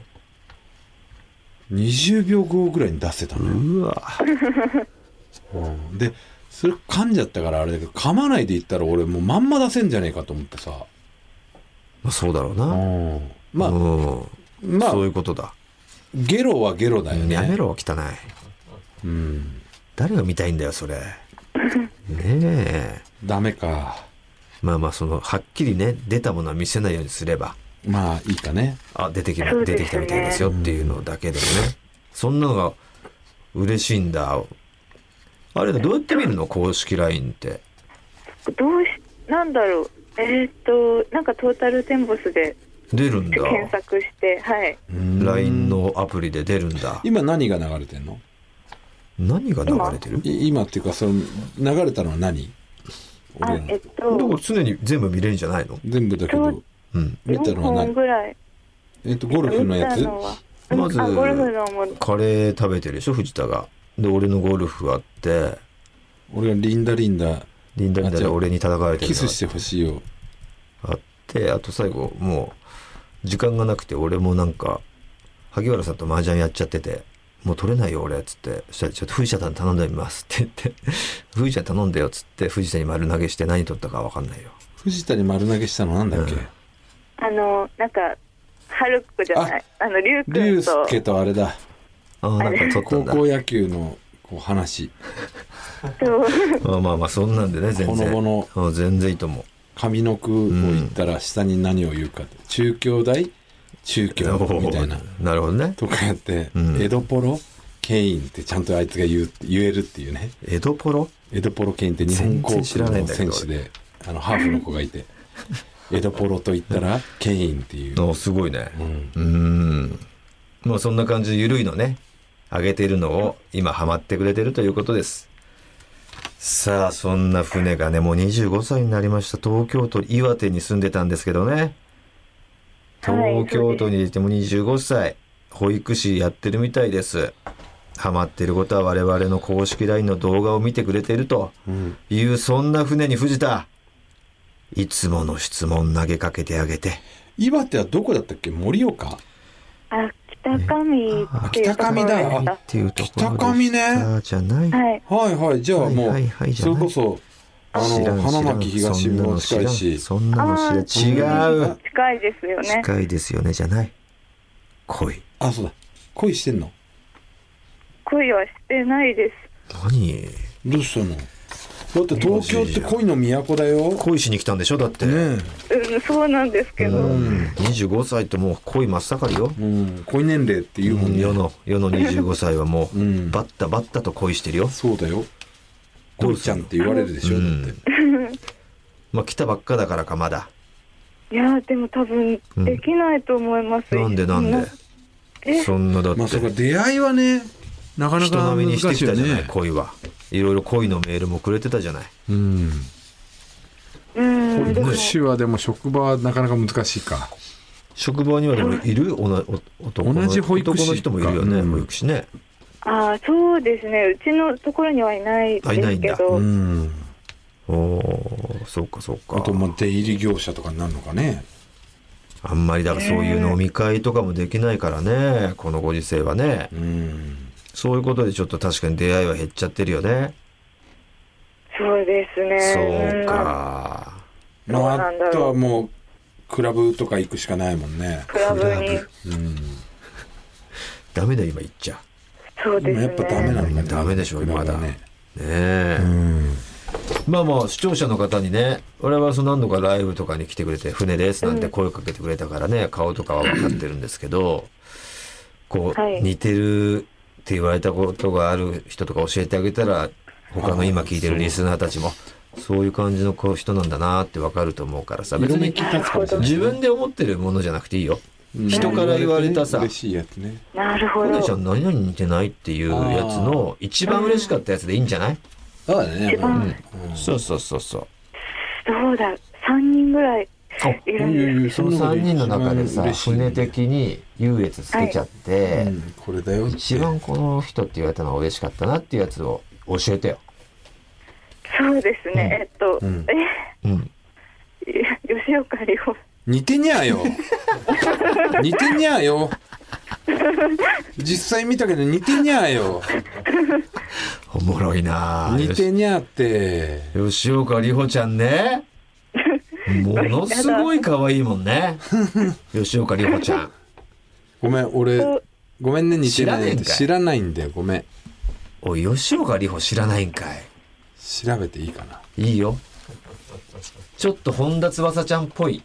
[SPEAKER 2] 20秒後ぐらいに出せたのよ、
[SPEAKER 1] うわ。
[SPEAKER 2] うんでそれ噛んじゃったからあれだけど噛まないでいったら俺もうまんま出せんじゃねえかと思ってさ、
[SPEAKER 1] まあ、そうだろうな。
[SPEAKER 2] うんまあ
[SPEAKER 1] うん。
[SPEAKER 2] まあ
[SPEAKER 1] そういうことだ。
[SPEAKER 2] ゲロはゲロだよね
[SPEAKER 1] やめろ、汚い。
[SPEAKER 2] うん
[SPEAKER 1] 誰が見たいんだよ、それ。ねえ。
[SPEAKER 2] ダメか
[SPEAKER 1] まあまあ、その、はっきりね、出たものは見せないようにすれば、
[SPEAKER 2] まあいいかね
[SPEAKER 1] あ、出てきた、
[SPEAKER 4] そうです
[SPEAKER 1] 出
[SPEAKER 4] ね
[SPEAKER 1] てきたみたいですよっていうのだけでもね。そんなのが嬉しいんだ。あれ、どうやって見るの公式 LINE って。
[SPEAKER 4] どうしなんだろうえーっとなんかトータルテンボスで
[SPEAKER 1] 出るんだ。
[SPEAKER 4] 検索してはい
[SPEAKER 2] うん
[SPEAKER 1] LINE のアプリで出るんだ。
[SPEAKER 2] 今何が流れてんの
[SPEAKER 1] 何が流れてる
[SPEAKER 2] い今っていうかその流れたのは何
[SPEAKER 4] あ
[SPEAKER 2] 俺ら
[SPEAKER 4] え
[SPEAKER 2] の
[SPEAKER 1] だ
[SPEAKER 4] っ
[SPEAKER 1] から
[SPEAKER 4] と
[SPEAKER 1] 常に全部見れるんじゃないの
[SPEAKER 2] 全部だけど
[SPEAKER 1] うん。
[SPEAKER 2] 見た
[SPEAKER 4] 4
[SPEAKER 2] のは
[SPEAKER 4] 本
[SPEAKER 2] 何
[SPEAKER 4] ぐらい
[SPEAKER 2] えーっとゴルフのや
[SPEAKER 4] 見
[SPEAKER 2] つ
[SPEAKER 4] たのはうん
[SPEAKER 1] まず、
[SPEAKER 4] あゴルフのもの
[SPEAKER 1] カレー食べてるでしょ、藤田が。で、俺のゴルフあって、
[SPEAKER 2] 俺がリンダリンダ
[SPEAKER 1] リンダリンダで俺に叩かれてる
[SPEAKER 2] キ
[SPEAKER 1] のが
[SPEAKER 2] スしてほしいよ
[SPEAKER 1] あって、あと最後、もう、時間がなくて、俺もなんか、萩原さんと麻雀やっちゃってて、もう取れないよ俺、つって、そしたらちょっと藤田さんに頼んでみますって 言って、藤田頼んでよ、つって、藤田に丸投げして何取ったかわかんないよ。
[SPEAKER 2] 藤田に丸投げしたのなんだっけ、
[SPEAKER 1] うん
[SPEAKER 4] あのなんか春子じゃないあの龍
[SPEAKER 2] 龍
[SPEAKER 4] 君と
[SPEAKER 2] 介とあれだ
[SPEAKER 1] ああ、なんか取った
[SPEAKER 2] 高
[SPEAKER 1] んだ。
[SPEAKER 2] 校野球のこう話
[SPEAKER 4] そ
[SPEAKER 1] ま
[SPEAKER 4] う
[SPEAKER 1] あまあまあ、そんなんでね、全
[SPEAKER 2] ほの
[SPEAKER 1] 然。
[SPEAKER 2] ぼの
[SPEAKER 1] うん全然いいと思う。
[SPEAKER 2] 上の句を言ったら下に何を言うかって、中京大中京みたいな
[SPEAKER 1] おーなるほどね。
[SPEAKER 2] とかやって、
[SPEAKER 1] うん
[SPEAKER 2] 江戸ポロケインってちゃんとあいつが言う言えるっていうね
[SPEAKER 1] 江戸ポロ
[SPEAKER 2] 江戸ポロケインって日本航
[SPEAKER 1] 全然知ら
[SPEAKER 2] 空
[SPEAKER 1] ないん
[SPEAKER 2] の
[SPEAKER 1] だけ
[SPEAKER 2] 選
[SPEAKER 1] ど
[SPEAKER 2] 手であのハーフの子が いて江戸ポロと言ったらケインっていう、
[SPEAKER 1] おすごいね。
[SPEAKER 2] うん
[SPEAKER 1] うーん。まあそんな感じで緩いのね、上げているのを今ハマってくれてるということです。さあ、そんな船がね、もう25歳になりました。東京都、岩手に住んでたんですけどね。東京都にいても25歳、保育士やってるみたいです。ハマってることは我々の公式 LINE の動画を見てくれていると
[SPEAKER 2] うん
[SPEAKER 1] いう、そんな船に藤田、いつもの質問投げかけてあげて。
[SPEAKER 2] 岩手はどこだったっけ盛岡
[SPEAKER 4] あ北上っていうところで
[SPEAKER 2] あ北上だ
[SPEAKER 4] した
[SPEAKER 1] っていうところでした
[SPEAKER 2] 北上ね
[SPEAKER 1] じゃない。
[SPEAKER 4] はい
[SPEAKER 2] はいはいじゃあもう、
[SPEAKER 1] はいはいはいじゃ
[SPEAKER 2] そ
[SPEAKER 1] ない
[SPEAKER 2] れこそあ
[SPEAKER 1] 知ら
[SPEAKER 2] の
[SPEAKER 1] ん
[SPEAKER 2] 花巻東も近いし
[SPEAKER 1] そんなの知らん。そんなの知らん違う。
[SPEAKER 4] 近いですよね
[SPEAKER 1] 近いですよね、じゃない。恋。
[SPEAKER 2] あそうだ恋してんの
[SPEAKER 4] 恋はしてないです
[SPEAKER 1] 何
[SPEAKER 2] どうしたのだって東京って恋の都だよね
[SPEAKER 1] 恋しに来たんでしょだって。
[SPEAKER 2] え
[SPEAKER 4] うん、そうなんですけど、
[SPEAKER 1] うん25歳ってもう恋真っ盛りよ。
[SPEAKER 2] うん、恋年齢っていうもんね、
[SPEAKER 1] 世の、世の25歳はも
[SPEAKER 2] うん
[SPEAKER 1] う、バッタバッタと恋してるよ。
[SPEAKER 2] そうだよ恋ちゃんって言われるでしょ、
[SPEAKER 1] うん
[SPEAKER 2] だって
[SPEAKER 1] まあ来たばっかだからか、まだ。
[SPEAKER 4] いやでも多分できないと思います、
[SPEAKER 1] なんでなんで。
[SPEAKER 4] え
[SPEAKER 1] そんなだっ
[SPEAKER 2] まあそこ
[SPEAKER 1] て。
[SPEAKER 2] 出会いはねなかな
[SPEAKER 1] 人
[SPEAKER 2] か
[SPEAKER 1] 並み
[SPEAKER 2] 難
[SPEAKER 1] にして
[SPEAKER 2] し
[SPEAKER 1] き
[SPEAKER 2] い
[SPEAKER 1] た
[SPEAKER 2] よ
[SPEAKER 1] じゃない、
[SPEAKER 2] ね
[SPEAKER 1] 恋は。いろいろ恋のメールもくれてたじゃない。
[SPEAKER 2] うん
[SPEAKER 4] うんでも
[SPEAKER 6] 今週はでも職場はなかなか難しいか
[SPEAKER 1] 職場にはでもいるおなお男の
[SPEAKER 6] 同じ保育士
[SPEAKER 1] 男の人もいるよね、
[SPEAKER 6] うん
[SPEAKER 1] 保育士ね
[SPEAKER 4] ああそうですねうちのところにはいない
[SPEAKER 1] あいな
[SPEAKER 4] で
[SPEAKER 1] い
[SPEAKER 4] す
[SPEAKER 1] ん
[SPEAKER 4] け
[SPEAKER 1] だ
[SPEAKER 4] ど
[SPEAKER 2] うん
[SPEAKER 1] おーそうかそう
[SPEAKER 2] あ
[SPEAKER 1] か
[SPEAKER 2] とまあ出入り業者とかになるのかね
[SPEAKER 1] あんまりだからそういう飲み会とかもできないからねこのご時世はね
[SPEAKER 2] うん
[SPEAKER 1] そういうことでちょっと確かに出会いは減っちゃってるよね
[SPEAKER 4] そうですね
[SPEAKER 1] そうか
[SPEAKER 2] ま
[SPEAKER 4] どう
[SPEAKER 2] あ
[SPEAKER 4] な
[SPEAKER 2] あ
[SPEAKER 4] んだろう
[SPEAKER 2] とはもうクラブとか行くしかないもんね
[SPEAKER 4] うんクラブ
[SPEAKER 1] クラ
[SPEAKER 4] に
[SPEAKER 1] ブ
[SPEAKER 2] うん
[SPEAKER 1] ダメだ今言っちゃ
[SPEAKER 4] そう
[SPEAKER 2] で
[SPEAKER 4] で
[SPEAKER 2] も
[SPEAKER 4] す
[SPEAKER 2] やっ
[SPEAKER 4] ね
[SPEAKER 2] ぱダメなのかね
[SPEAKER 1] ダメでしょ
[SPEAKER 2] クラブは
[SPEAKER 1] まだ
[SPEAKER 2] ね
[SPEAKER 1] ねえ
[SPEAKER 2] うん
[SPEAKER 1] まあまあ視聴者の方にね我々はその何度かライブとかに来てくれて「船です」なんて声をかけてくれたからね、顔とかは分かってるんですけどこう、
[SPEAKER 4] はい
[SPEAKER 1] 似てるって言われたことがある人とか教えてあげたら他の今聞いてるリスナーたちもそういう感じのこう人なんだなって分かると思うからさ別
[SPEAKER 2] 色め
[SPEAKER 1] に
[SPEAKER 2] き立つかもしれない
[SPEAKER 1] 自分で思ってるものじゃなくていいよ。
[SPEAKER 2] うん
[SPEAKER 1] 人から言われたさ
[SPEAKER 2] 嬉しいやつね
[SPEAKER 4] なるほ
[SPEAKER 1] 船
[SPEAKER 4] ど
[SPEAKER 1] ちゃん何々似てないっていうやつの一番嬉しかったやつでいいんじゃない、
[SPEAKER 2] そうだね
[SPEAKER 4] 一番、
[SPEAKER 1] そうそうそうそう。
[SPEAKER 4] どうだ3人ぐらいいるんです
[SPEAKER 1] その3人の中でさ、船
[SPEAKER 2] で
[SPEAKER 1] 的に優越つけちゃって、
[SPEAKER 2] これだよって
[SPEAKER 1] 一番この人って言われたのが嬉しかったなっていうやつを教えてよ。
[SPEAKER 4] そうですね、えっと、え、うん、吉岡里帆
[SPEAKER 2] 似てにゃ よ似てにゃよ実際見たけど似てにゃよ
[SPEAKER 1] おもろいなあ
[SPEAKER 2] 似てにゃって
[SPEAKER 1] よし吉岡里帆ちゃんねものすごい可愛いもんね吉岡里帆ちゃん
[SPEAKER 2] ごめん俺ごめんね似
[SPEAKER 1] 知
[SPEAKER 2] てな
[SPEAKER 1] らねえ
[SPEAKER 2] い
[SPEAKER 1] んかい
[SPEAKER 2] 知らないんだよごめん
[SPEAKER 1] おい吉岡里帆知らないんか
[SPEAKER 2] 調べていいかない
[SPEAKER 1] いいよちょっと本田翼ちゃんっぽい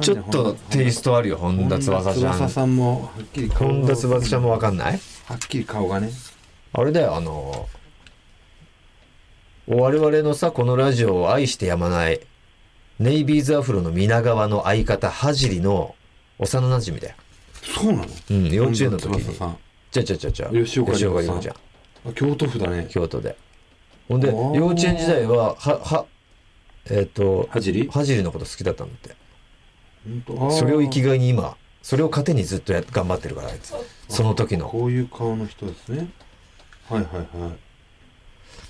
[SPEAKER 1] ちょっとテイストあるよ本田翼ちゃん
[SPEAKER 2] さんもはっきり顔
[SPEAKER 1] 本
[SPEAKER 2] が
[SPEAKER 1] 田翼ちゃんもわかんない
[SPEAKER 2] はっきり顔がね
[SPEAKER 1] あれだよ、あの、我々のさ、このラジオを愛してやまない、ネイビーズアフロの皆川の相方、はじりの幼馴染だよ。
[SPEAKER 2] そうなの
[SPEAKER 1] うん、幼稚園の時
[SPEAKER 2] 本田翼
[SPEAKER 1] に
[SPEAKER 2] さ。ん
[SPEAKER 1] ちゃちゃちゃちゃ。
[SPEAKER 2] 吉岡里帆さん
[SPEAKER 1] 里帆ちゃん。
[SPEAKER 2] あ京都府だね
[SPEAKER 1] 京都で。ほんで、
[SPEAKER 2] あー
[SPEAKER 1] 幼稚園時代は、は、は、えっ、と、
[SPEAKER 2] はじり
[SPEAKER 1] はじりのこと好きだったんだって。
[SPEAKER 2] 本当あー
[SPEAKER 1] それを生きがいに今、それを糧にずっとやっ頑張ってるから、あいつ。その時の。
[SPEAKER 2] こういう顔の人ですねはいはいは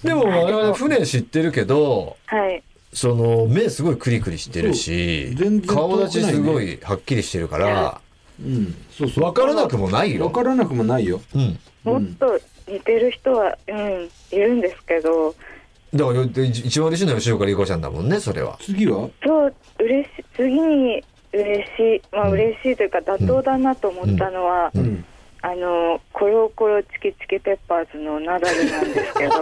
[SPEAKER 2] い
[SPEAKER 1] でも、我々船知ってるけど、
[SPEAKER 4] はい
[SPEAKER 1] その目すごいクリクリしてるし、
[SPEAKER 2] そう全然
[SPEAKER 1] 顔立ち
[SPEAKER 2] 遠くない
[SPEAKER 1] す
[SPEAKER 2] ね
[SPEAKER 1] ごいはっきりしてるから
[SPEAKER 2] うんそうそう
[SPEAKER 1] 分からなくもないよ
[SPEAKER 2] 分からなくもないよ
[SPEAKER 1] うん
[SPEAKER 4] もっと似てる人は、うん、いるんですけど、
[SPEAKER 1] だからよで一一番嬉しいのは吉岡里帆ちゃんだもんねそれは
[SPEAKER 2] 次は
[SPEAKER 4] そう嬉し次に嬉しいまあ嬉しいというか妥当だなと思ったのは、
[SPEAKER 2] ん
[SPEAKER 4] あのコロコロチキチキペッパーズのナダルなんです けど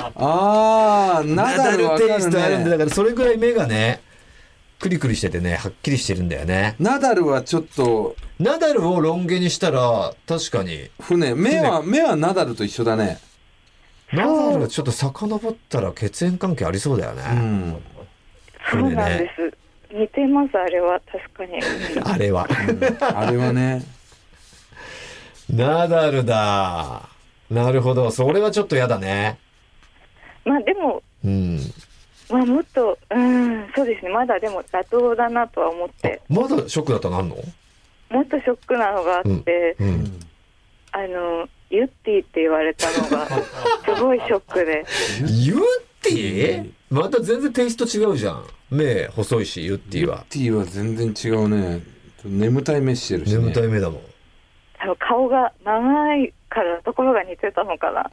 [SPEAKER 2] ああナダルわか
[SPEAKER 1] テイストあるんで
[SPEAKER 2] るね
[SPEAKER 1] だからそれぐらい目がねクリクリしててねはっきりしてるんだよね
[SPEAKER 2] ナダルはちょっと
[SPEAKER 1] ナダルをロン毛にしたら確かに
[SPEAKER 2] 船目は目はナダルと一緒だね
[SPEAKER 1] ナダルがちょっと遡ったら血縁関係ありそうだよね、
[SPEAKER 2] うん
[SPEAKER 4] そうなんです、似てますあれは確かにうん
[SPEAKER 1] あれは
[SPEAKER 2] あれはね
[SPEAKER 1] ナダルだなるほどそれはちょっとやだね
[SPEAKER 4] まあでも
[SPEAKER 1] うん
[SPEAKER 4] まあもっとうんそうですねまだでも妥当だなとは思って
[SPEAKER 1] まだショックだったのあんの
[SPEAKER 4] もっとショックなのがあって、
[SPEAKER 1] うん。
[SPEAKER 4] あのユッティって言われたの がすごいショックで
[SPEAKER 1] ユッティまた全然テイスト違うじゃん。目細いし、ユッティは。
[SPEAKER 2] ティは全然違うねちょっと眠たい目してるしね
[SPEAKER 1] 眠たい目だもん。
[SPEAKER 4] 多分顔が長いからところが似てたのかな
[SPEAKER 2] あ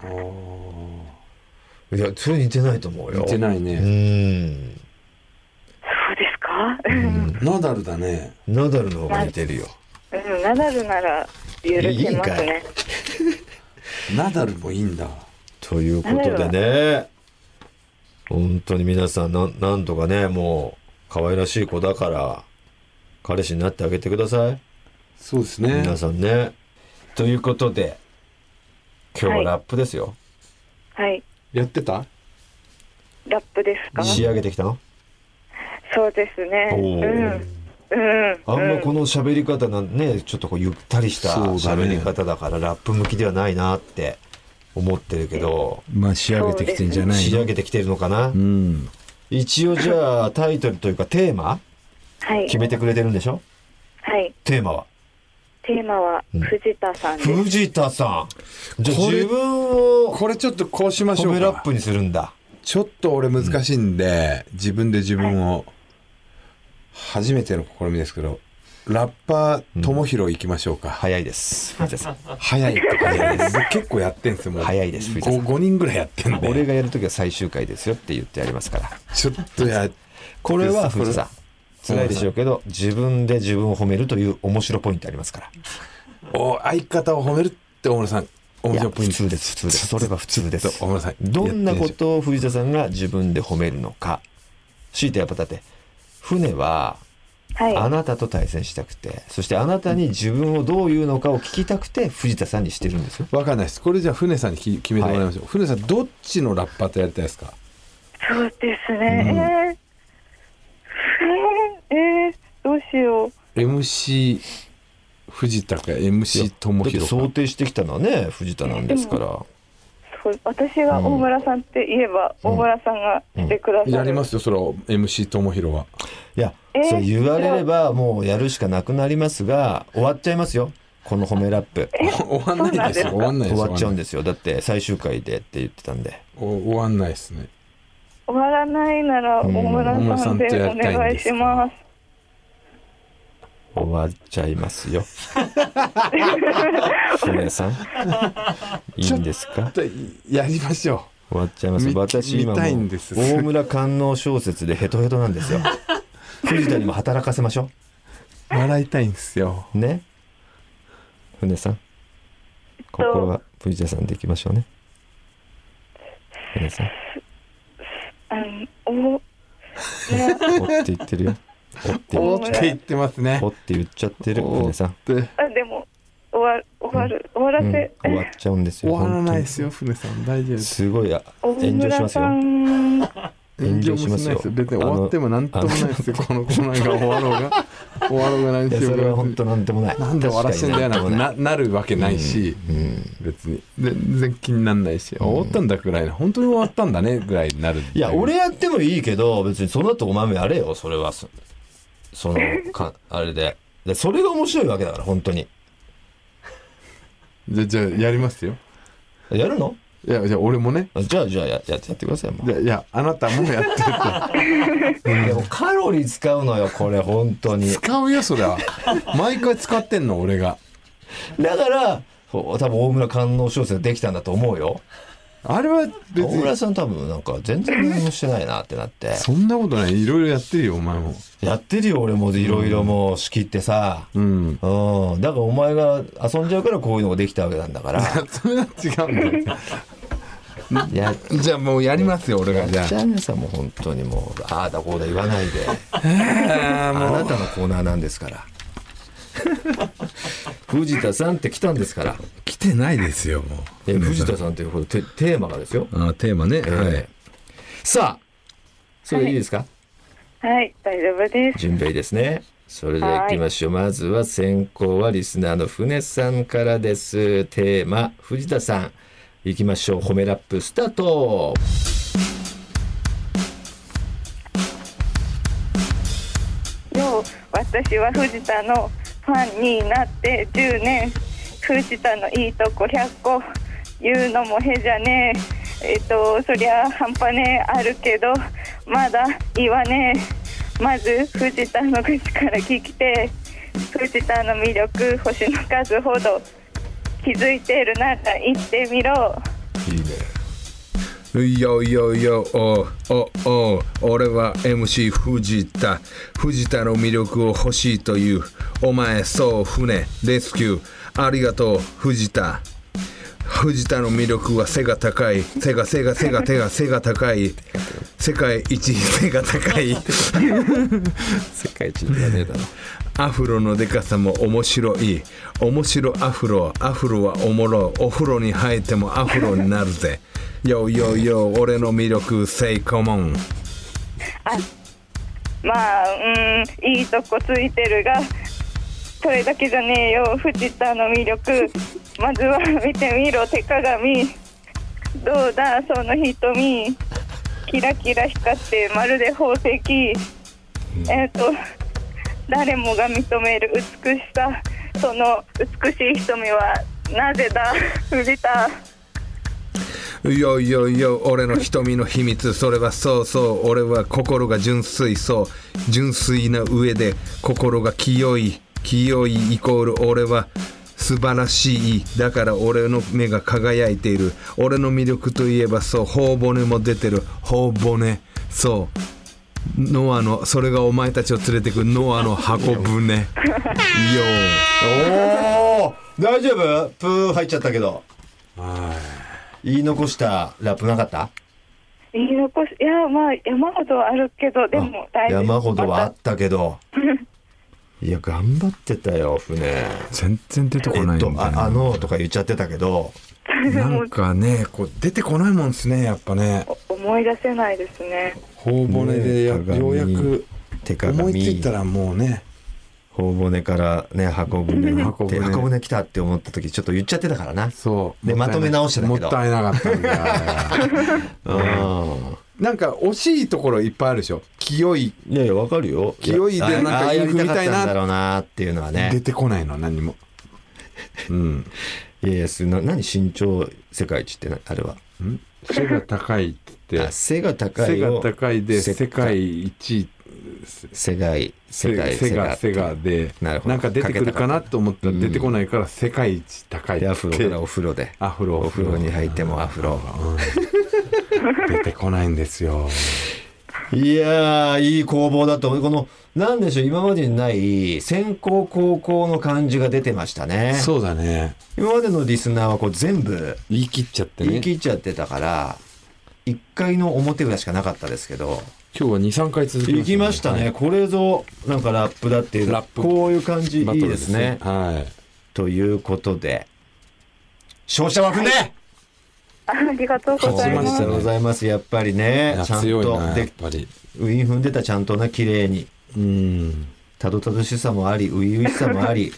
[SPEAKER 2] ー
[SPEAKER 1] いや、それ似てないと思うよ。
[SPEAKER 2] 似てないね
[SPEAKER 1] うん。
[SPEAKER 4] そうですか
[SPEAKER 2] ナダルだね
[SPEAKER 1] ナダルの方が似てるよ。
[SPEAKER 4] うん、ナダルなら許せますね。
[SPEAKER 2] ナダルもいいんだ
[SPEAKER 1] ということでね。本当に皆さん、なん、なんとかね、もう、可愛らしい子だから、彼氏になってあげてください。
[SPEAKER 2] そうですね
[SPEAKER 1] 皆さんね。ということで、今日ははいラップですよ。
[SPEAKER 4] はい。
[SPEAKER 2] やってた
[SPEAKER 4] ラップですか
[SPEAKER 1] 仕上げてきたの
[SPEAKER 4] そうですね。う
[SPEAKER 1] おー
[SPEAKER 4] ん。うん。
[SPEAKER 1] あんまこの喋り方なんね、ちょっとこうゆったりした
[SPEAKER 2] そうだね
[SPEAKER 1] 喋り方だから、ラップ向きではないなって思ってるけど、
[SPEAKER 7] まあ仕上げてきてんじゃない
[SPEAKER 1] 仕
[SPEAKER 7] の
[SPEAKER 1] 上げてきてるのかな、
[SPEAKER 7] うん
[SPEAKER 1] 一応じゃあタイトルというかテーマ
[SPEAKER 4] はい。
[SPEAKER 1] 決めてくれてるんでしょ
[SPEAKER 4] はい。
[SPEAKER 1] テーマは。
[SPEAKER 4] テーマは藤田さんです。
[SPEAKER 1] 藤田さん。じゃあ
[SPEAKER 2] これ
[SPEAKER 1] 自分を
[SPEAKER 2] これちょっとこうしまし
[SPEAKER 1] 褒
[SPEAKER 2] ょう
[SPEAKER 1] めラッ
[SPEAKER 2] か
[SPEAKER 1] プにするんだ。
[SPEAKER 2] ちょっと俺難しいんで、自分で自分を初めての試みですけどラッパーともひろ行きましょうか、
[SPEAKER 1] 早いです。藤田さん。
[SPEAKER 2] 早いとかじゃないです結構やってんすよもう
[SPEAKER 1] 早いです藤田さん
[SPEAKER 2] 5, 人ぐらいやってん
[SPEAKER 1] 俺
[SPEAKER 2] で
[SPEAKER 1] がやるときは最終回ですよって言ってありますから。
[SPEAKER 2] ちょっとや
[SPEAKER 1] これは藤田さん。
[SPEAKER 2] れ
[SPEAKER 1] 辛いでしょうけど、自分で自分を褒めるという面白ポイントありますから。
[SPEAKER 2] お相方を褒めるって大村さん面白いポイン
[SPEAKER 1] 普
[SPEAKER 2] ト
[SPEAKER 1] 通です普通ですそれは普通で
[SPEAKER 2] ちょっ
[SPEAKER 1] す
[SPEAKER 2] と大村さん
[SPEAKER 1] どんな
[SPEAKER 2] やってみま
[SPEAKER 1] こ
[SPEAKER 2] しょう
[SPEAKER 1] とを藤田さんが自分で褒めるのか強いてやっぱだって船はあ
[SPEAKER 4] はい。
[SPEAKER 1] なたと対戦したくてそしてあなたに自分をどう言うのかを聞きたくて藤田さんにしてるんですよ
[SPEAKER 2] わかんないですこれじゃあ船さんにき決めてもらいましょう、船さんどっちのラッパーとやりたいですか
[SPEAKER 4] そうですね。えー、えー、どうしよう。
[SPEAKER 2] MC 藤田か MC とも
[SPEAKER 1] だっ
[SPEAKER 2] ひ
[SPEAKER 1] て
[SPEAKER 2] ろ
[SPEAKER 1] 想
[SPEAKER 2] か
[SPEAKER 1] 定してきたのはね藤田なんですから
[SPEAKER 4] そう私が大村さんって言えば、大村さんがしてくださ
[SPEAKER 2] や
[SPEAKER 4] る。
[SPEAKER 2] りますよそれを MC とも ひろはい
[SPEAKER 1] や
[SPEAKER 4] えー
[SPEAKER 1] そう言われればもうやるしかなくなりますが終わっちゃいますよこの褒めラップ
[SPEAKER 8] 終わんないですよ。終わんない
[SPEAKER 1] 終
[SPEAKER 8] です。
[SPEAKER 1] わっちゃうんですよだって最終回でって言ってたんで
[SPEAKER 8] お終わんないですね。
[SPEAKER 4] 終わらないなら大
[SPEAKER 8] 大村
[SPEAKER 4] 村
[SPEAKER 8] さ
[SPEAKER 4] さ
[SPEAKER 8] ん
[SPEAKER 4] ん
[SPEAKER 8] と
[SPEAKER 4] で
[SPEAKER 8] や
[SPEAKER 4] お
[SPEAKER 8] りたいん
[SPEAKER 4] 願
[SPEAKER 8] で
[SPEAKER 4] い
[SPEAKER 8] す
[SPEAKER 4] します。
[SPEAKER 1] 終わっちゃいます よ小林さんいいんですか
[SPEAKER 8] やりましょ
[SPEAKER 1] 終わっちゃいます
[SPEAKER 8] 見
[SPEAKER 1] 私今
[SPEAKER 8] 見
[SPEAKER 1] も
[SPEAKER 8] たいん
[SPEAKER 1] う
[SPEAKER 8] です
[SPEAKER 1] 大村官能小説でヘトヘトな んですよ藤田にも働かせましょ
[SPEAKER 8] う。笑いたいんですよ。
[SPEAKER 1] うね船さんここは藤田さんでいきましょうね船さん
[SPEAKER 4] あのお
[SPEAKER 1] おって言ってるよおって言
[SPEAKER 8] お
[SPEAKER 1] っ
[SPEAKER 8] っ
[SPEAKER 1] ち
[SPEAKER 8] て
[SPEAKER 1] ゃ
[SPEAKER 8] 言ってますね
[SPEAKER 1] お。って言っちゃってる船さん
[SPEAKER 8] で
[SPEAKER 4] あでも終わる終わる終わら
[SPEAKER 1] うん
[SPEAKER 4] せ、
[SPEAKER 1] 終わっちゃうんです
[SPEAKER 8] 終
[SPEAKER 1] よ
[SPEAKER 8] わらない
[SPEAKER 1] 本
[SPEAKER 8] ですよ、船さん。大丈夫で
[SPEAKER 1] 当に
[SPEAKER 8] す。
[SPEAKER 1] すごいあ
[SPEAKER 4] 大
[SPEAKER 1] 炎上し
[SPEAKER 4] 村
[SPEAKER 1] ますよ
[SPEAKER 4] さん
[SPEAKER 8] 遠
[SPEAKER 1] 遠
[SPEAKER 8] 慮
[SPEAKER 1] 慮
[SPEAKER 8] も
[SPEAKER 1] し
[SPEAKER 8] しな
[SPEAKER 1] ま
[SPEAKER 8] い
[SPEAKER 1] す
[SPEAKER 8] です
[SPEAKER 1] よ
[SPEAKER 8] よ。別に終わってもなんともない ですよ。このコーナーが終わろうが、終わろうが何
[SPEAKER 1] いや
[SPEAKER 8] しよ
[SPEAKER 1] そうれは
[SPEAKER 8] が
[SPEAKER 1] 本
[SPEAKER 8] 別
[SPEAKER 1] 当
[SPEAKER 8] に。
[SPEAKER 1] なんでもない
[SPEAKER 8] なんで終わらせんだよな
[SPEAKER 1] 確
[SPEAKER 8] んて
[SPEAKER 1] かに
[SPEAKER 8] ななるわけないし、
[SPEAKER 1] うん
[SPEAKER 8] 別に全然気になんないし、終わったんだぐらいな本当に終わったんだねぐらいになる
[SPEAKER 1] いや、俺やってもいいけど、別にその後お前もやれよ、それは。そそ の、か、あれで。で、それが面白いわけだから、本当に。
[SPEAKER 8] じゃじゃあやりますよ
[SPEAKER 1] やるの
[SPEAKER 8] いやじゃあ俺もね
[SPEAKER 1] じゃあ、じゃあ、やややってください、もう
[SPEAKER 8] じゃあいやあなたもやってっ
[SPEAKER 1] でもカロリー使うのよ、これ、本当に
[SPEAKER 8] て。使うよそりゃ毎回使ってんの俺が
[SPEAKER 1] だから、そう多分大村官能小説できたんだと思うよ。
[SPEAKER 8] あれは別
[SPEAKER 1] 大
[SPEAKER 8] に
[SPEAKER 1] 村さん多分なんか全然何もしてないなってなって。
[SPEAKER 8] そんなことないいろいろやってるよお前も
[SPEAKER 1] やってるよ、俺もいろいろもう仕切ってさ。
[SPEAKER 8] うん
[SPEAKER 1] うん。だからお前が遊んじゃうからこういうのができたわけなんだ から。
[SPEAKER 8] それは違うんだよ
[SPEAKER 1] やっ
[SPEAKER 8] じゃあもうやりますよ俺がじゃ
[SPEAKER 1] じゃあ皆さんもう本当にもうああだこうだ言わないであなたのコーナーなんです から藤田さんって来たんですから
[SPEAKER 8] 来てないですよも
[SPEAKER 1] え藤田さんということテテーマがですよ、
[SPEAKER 8] うあテーマね、
[SPEAKER 1] えーさあそれでいいですか、
[SPEAKER 4] はい大丈夫です。
[SPEAKER 1] 準備いいですねそれではいきましょうまずは先行はリスナーの船さんからですテーマ藤田さんいきましょう褒めラップスタート
[SPEAKER 4] よう私は藤田のファンになって10年藤田のいいとこ100個言うのもへじゃねええっとそりゃ半端ねえあるけどまだ言わねえまず藤田の口から聞きて藤田の魅力星の数ほど気づいてるなら言ってみろ
[SPEAKER 8] い、いね
[SPEAKER 2] よよよおおお俺は MC 藤田藤田の魅力を欲しいというお前そう船レスキューありがとう藤田藤田の魅力は背が高い背が背が背が背が背が高い世界一背が高い
[SPEAKER 1] 世界一にはねえだろ
[SPEAKER 2] アフロのデカさも面白い面白アフロアフロはおもろお風呂に入ってもアフロになるぜよよよ俺の魅力 Say come on
[SPEAKER 4] まあうんいいとこついてるがそれだけじゃねえよ藤田の魅力まずは見てみろ手鏡どうだその瞳キラキラ光ってまるで宝石えっ、と誰もが認める美しさその美しい瞳はなぜだ藤田
[SPEAKER 2] よよよ俺の瞳の秘密それはそうそう俺は心が純粋そう純粋な上で心が清い清いイコール俺は素晴らしいだから俺の目が輝いている俺の魅力といえばそう頬骨も出てる頬骨そうノアのそれがお前たちを連れてくノアの箱 舟よ
[SPEAKER 1] おお大丈夫プー入っちゃったけど言い残したラップなかった
[SPEAKER 4] 言い残しいやまあ山ほどあるけどでも大丈夫
[SPEAKER 1] 山ほどはあったけどいや頑張ってたよ船
[SPEAKER 8] 全然出て
[SPEAKER 1] え
[SPEAKER 8] こないん
[SPEAKER 1] っ
[SPEAKER 8] だ
[SPEAKER 1] と
[SPEAKER 8] よな、
[SPEAKER 1] ああのとか言っちゃってたけど
[SPEAKER 8] なんかねこう出てこないもんですねやっぱね
[SPEAKER 4] 思い出せないですね
[SPEAKER 8] 頬骨でや
[SPEAKER 1] ねえ
[SPEAKER 8] ようやく
[SPEAKER 1] 手鏡
[SPEAKER 8] 思いついたらもうね
[SPEAKER 1] 頬骨からね箱舟に行って
[SPEAKER 8] 箱舟
[SPEAKER 1] 箱舟来たって思った時ちょっと言っちゃってたからな
[SPEAKER 8] そう
[SPEAKER 1] で
[SPEAKER 8] もったい
[SPEAKER 1] まとめ直してたけど
[SPEAKER 8] もったいなかったんだよあれ
[SPEAKER 1] うん
[SPEAKER 8] なんか惜しいところいっぱいあるでしょ清い
[SPEAKER 1] いやいやわかるよ
[SPEAKER 8] 勢いでなんか
[SPEAKER 1] ああああやりたか
[SPEAKER 8] 言い
[SPEAKER 1] った
[SPEAKER 8] 踏みたいなん
[SPEAKER 1] だろうなっていうのはね
[SPEAKER 8] 出てこないの何も
[SPEAKER 9] うん。
[SPEAKER 1] いやいやすな何身長世界一ってなあれは
[SPEAKER 2] 背が高いって
[SPEAKER 1] あ背が高
[SPEAKER 2] 背
[SPEAKER 1] い
[SPEAKER 2] が
[SPEAKER 1] を
[SPEAKER 2] 高いで
[SPEAKER 1] せ
[SPEAKER 2] 世界一位
[SPEAKER 1] 世界世
[SPEAKER 2] せ
[SPEAKER 1] 界
[SPEAKER 2] 背が背
[SPEAKER 1] 世界
[SPEAKER 2] がで
[SPEAKER 1] なるほど
[SPEAKER 2] なんか出てくるかなと思ったら出てこないから世界一高いっ
[SPEAKER 1] でアフロか
[SPEAKER 2] て
[SPEAKER 1] らお風呂で
[SPEAKER 2] アフロ
[SPEAKER 1] お風呂に入ってもアフロ
[SPEAKER 2] 出てこないんですよ
[SPEAKER 1] いやーいい工房だと思うこのなんでしょう今までにない先行後攻の感じが出てましたね
[SPEAKER 2] そうだね
[SPEAKER 1] 今までのリスナーはこう全部
[SPEAKER 2] 言い切っちゃって
[SPEAKER 1] 言
[SPEAKER 2] ね
[SPEAKER 1] い切っちゃってたから1回の表裏しかなかったですけど
[SPEAKER 2] 今日は23回続き
[SPEAKER 1] 行きましたね、これぞなんかラップだっていう
[SPEAKER 2] ラップ
[SPEAKER 1] こういう感じい
[SPEAKER 2] はいバトル
[SPEAKER 1] いですね
[SPEAKER 2] はい
[SPEAKER 1] ということで勝者はくんで、
[SPEAKER 4] ありがとうござ
[SPEAKER 2] 勝ち
[SPEAKER 4] い
[SPEAKER 2] ま
[SPEAKER 4] ま
[SPEAKER 2] し
[SPEAKER 4] す
[SPEAKER 1] ありが
[SPEAKER 2] た
[SPEAKER 1] とうございますやっぱりね
[SPEAKER 2] いや
[SPEAKER 1] ちゃん
[SPEAKER 2] 強い
[SPEAKER 1] と
[SPEAKER 2] なやっ
[SPEAKER 1] で
[SPEAKER 2] ぱり
[SPEAKER 1] ウィン踏んでたちゃんとな綺麗に
[SPEAKER 2] うん
[SPEAKER 1] たどたどしさもあり初々しさもあり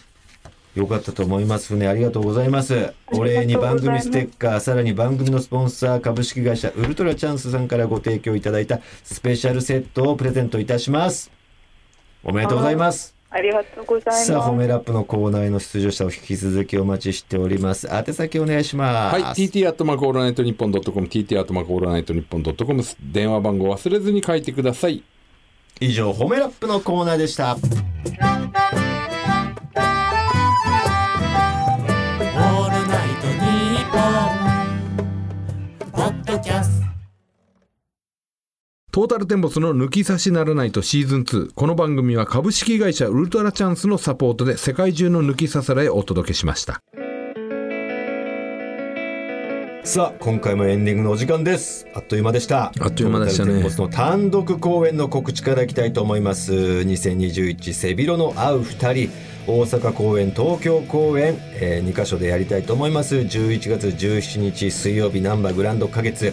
[SPEAKER 1] よかったと思います船ありがとうございますお礼に番組ステッカーさらに番組のスポンサー株式会社ウルトラチャンスさんからご提供いただいたスペシャルセットをプレゼントいたしますおめでとうございます
[SPEAKER 4] ありがとうございます
[SPEAKER 1] さあ、褒めラップのコーナーへの出場者を引き続きお待ちしております。宛先お願いしま
[SPEAKER 2] はい、
[SPEAKER 1] す。
[SPEAKER 2] tt アットマークオールナイトニッポンドットコム、tt アットマークオールナイトニッポンドットコム、電話番号忘れずに書いてください。
[SPEAKER 1] 以上、褒めラップのコーナーでした。
[SPEAKER 9] トータルテンボスの抜き差しならないとシーズン2。この番組は株式会社ウルトラチャンスのサポートで世界中の抜き差されをお届けしました。
[SPEAKER 1] さあ、今回もエンディングのお時間です。あっという間でした。
[SPEAKER 9] あっという間でしたね
[SPEAKER 1] トータルテンボスの単独公演の告知からいきたいと思います。2021背広の合う二人、大阪公演、東京公演、え2カ所でやりたいと思います。11月17日水曜日、ナンバーグランド花月。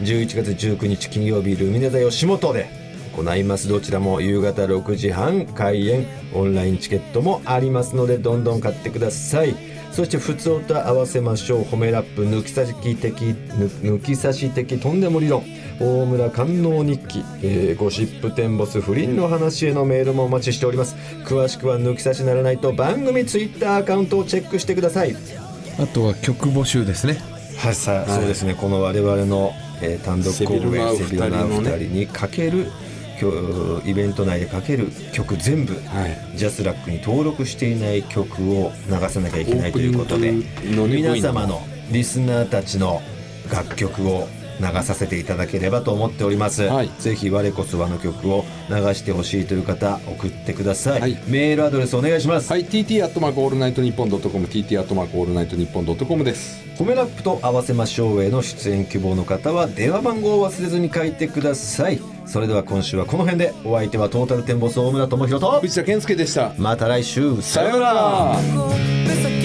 [SPEAKER 1] 11月19日金曜日、ルミネ座吉本で行います。どちらも夕方6時半開演、オンラインチケットもありますので、どんどん買ってください。そして、普通歌合わせましょう。褒めラップ、抜き差し的、抜抜き差し的、とんでも理論。大村官能日記、えーゴシップテンボス不倫の話へのメールもお待ちしております。詳しくは抜き差しならないと番組ツイッターアカウントをチェックしてください。
[SPEAKER 9] あとは曲募集ですね。
[SPEAKER 1] はい、さあそうですね、この我々の、えー単独公演
[SPEAKER 2] セビルナウ
[SPEAKER 1] セビルナウ
[SPEAKER 2] 二人のね
[SPEAKER 1] 2人にかけるきょイベント内でかける曲全部、
[SPEAKER 2] はい
[SPEAKER 1] ジャスラックに登録していない曲を流さなきゃいけないということで
[SPEAKER 2] オープニングのね
[SPEAKER 1] 皆様のリスナーたちの楽曲を流させていただければと思っております、
[SPEAKER 2] はい
[SPEAKER 1] ぜひ我こそはの曲を流してほしいという方送ってください、
[SPEAKER 2] はい
[SPEAKER 1] メールアドレスお願いします、
[SPEAKER 2] はい、tt アットマークオールナイトニッポンドットコム、tt アットマークオールナイトニッポンドットコムです。
[SPEAKER 1] コメラップと合わせましょうへの出演希望の方は電話番号を忘れずに書いてくださいそれでは今週はこの辺でお相手はトータルテンボス大村智広と
[SPEAKER 2] 藤田健介でした。
[SPEAKER 1] また来週
[SPEAKER 2] さようなら。
[SPEAKER 10] 「嘘つ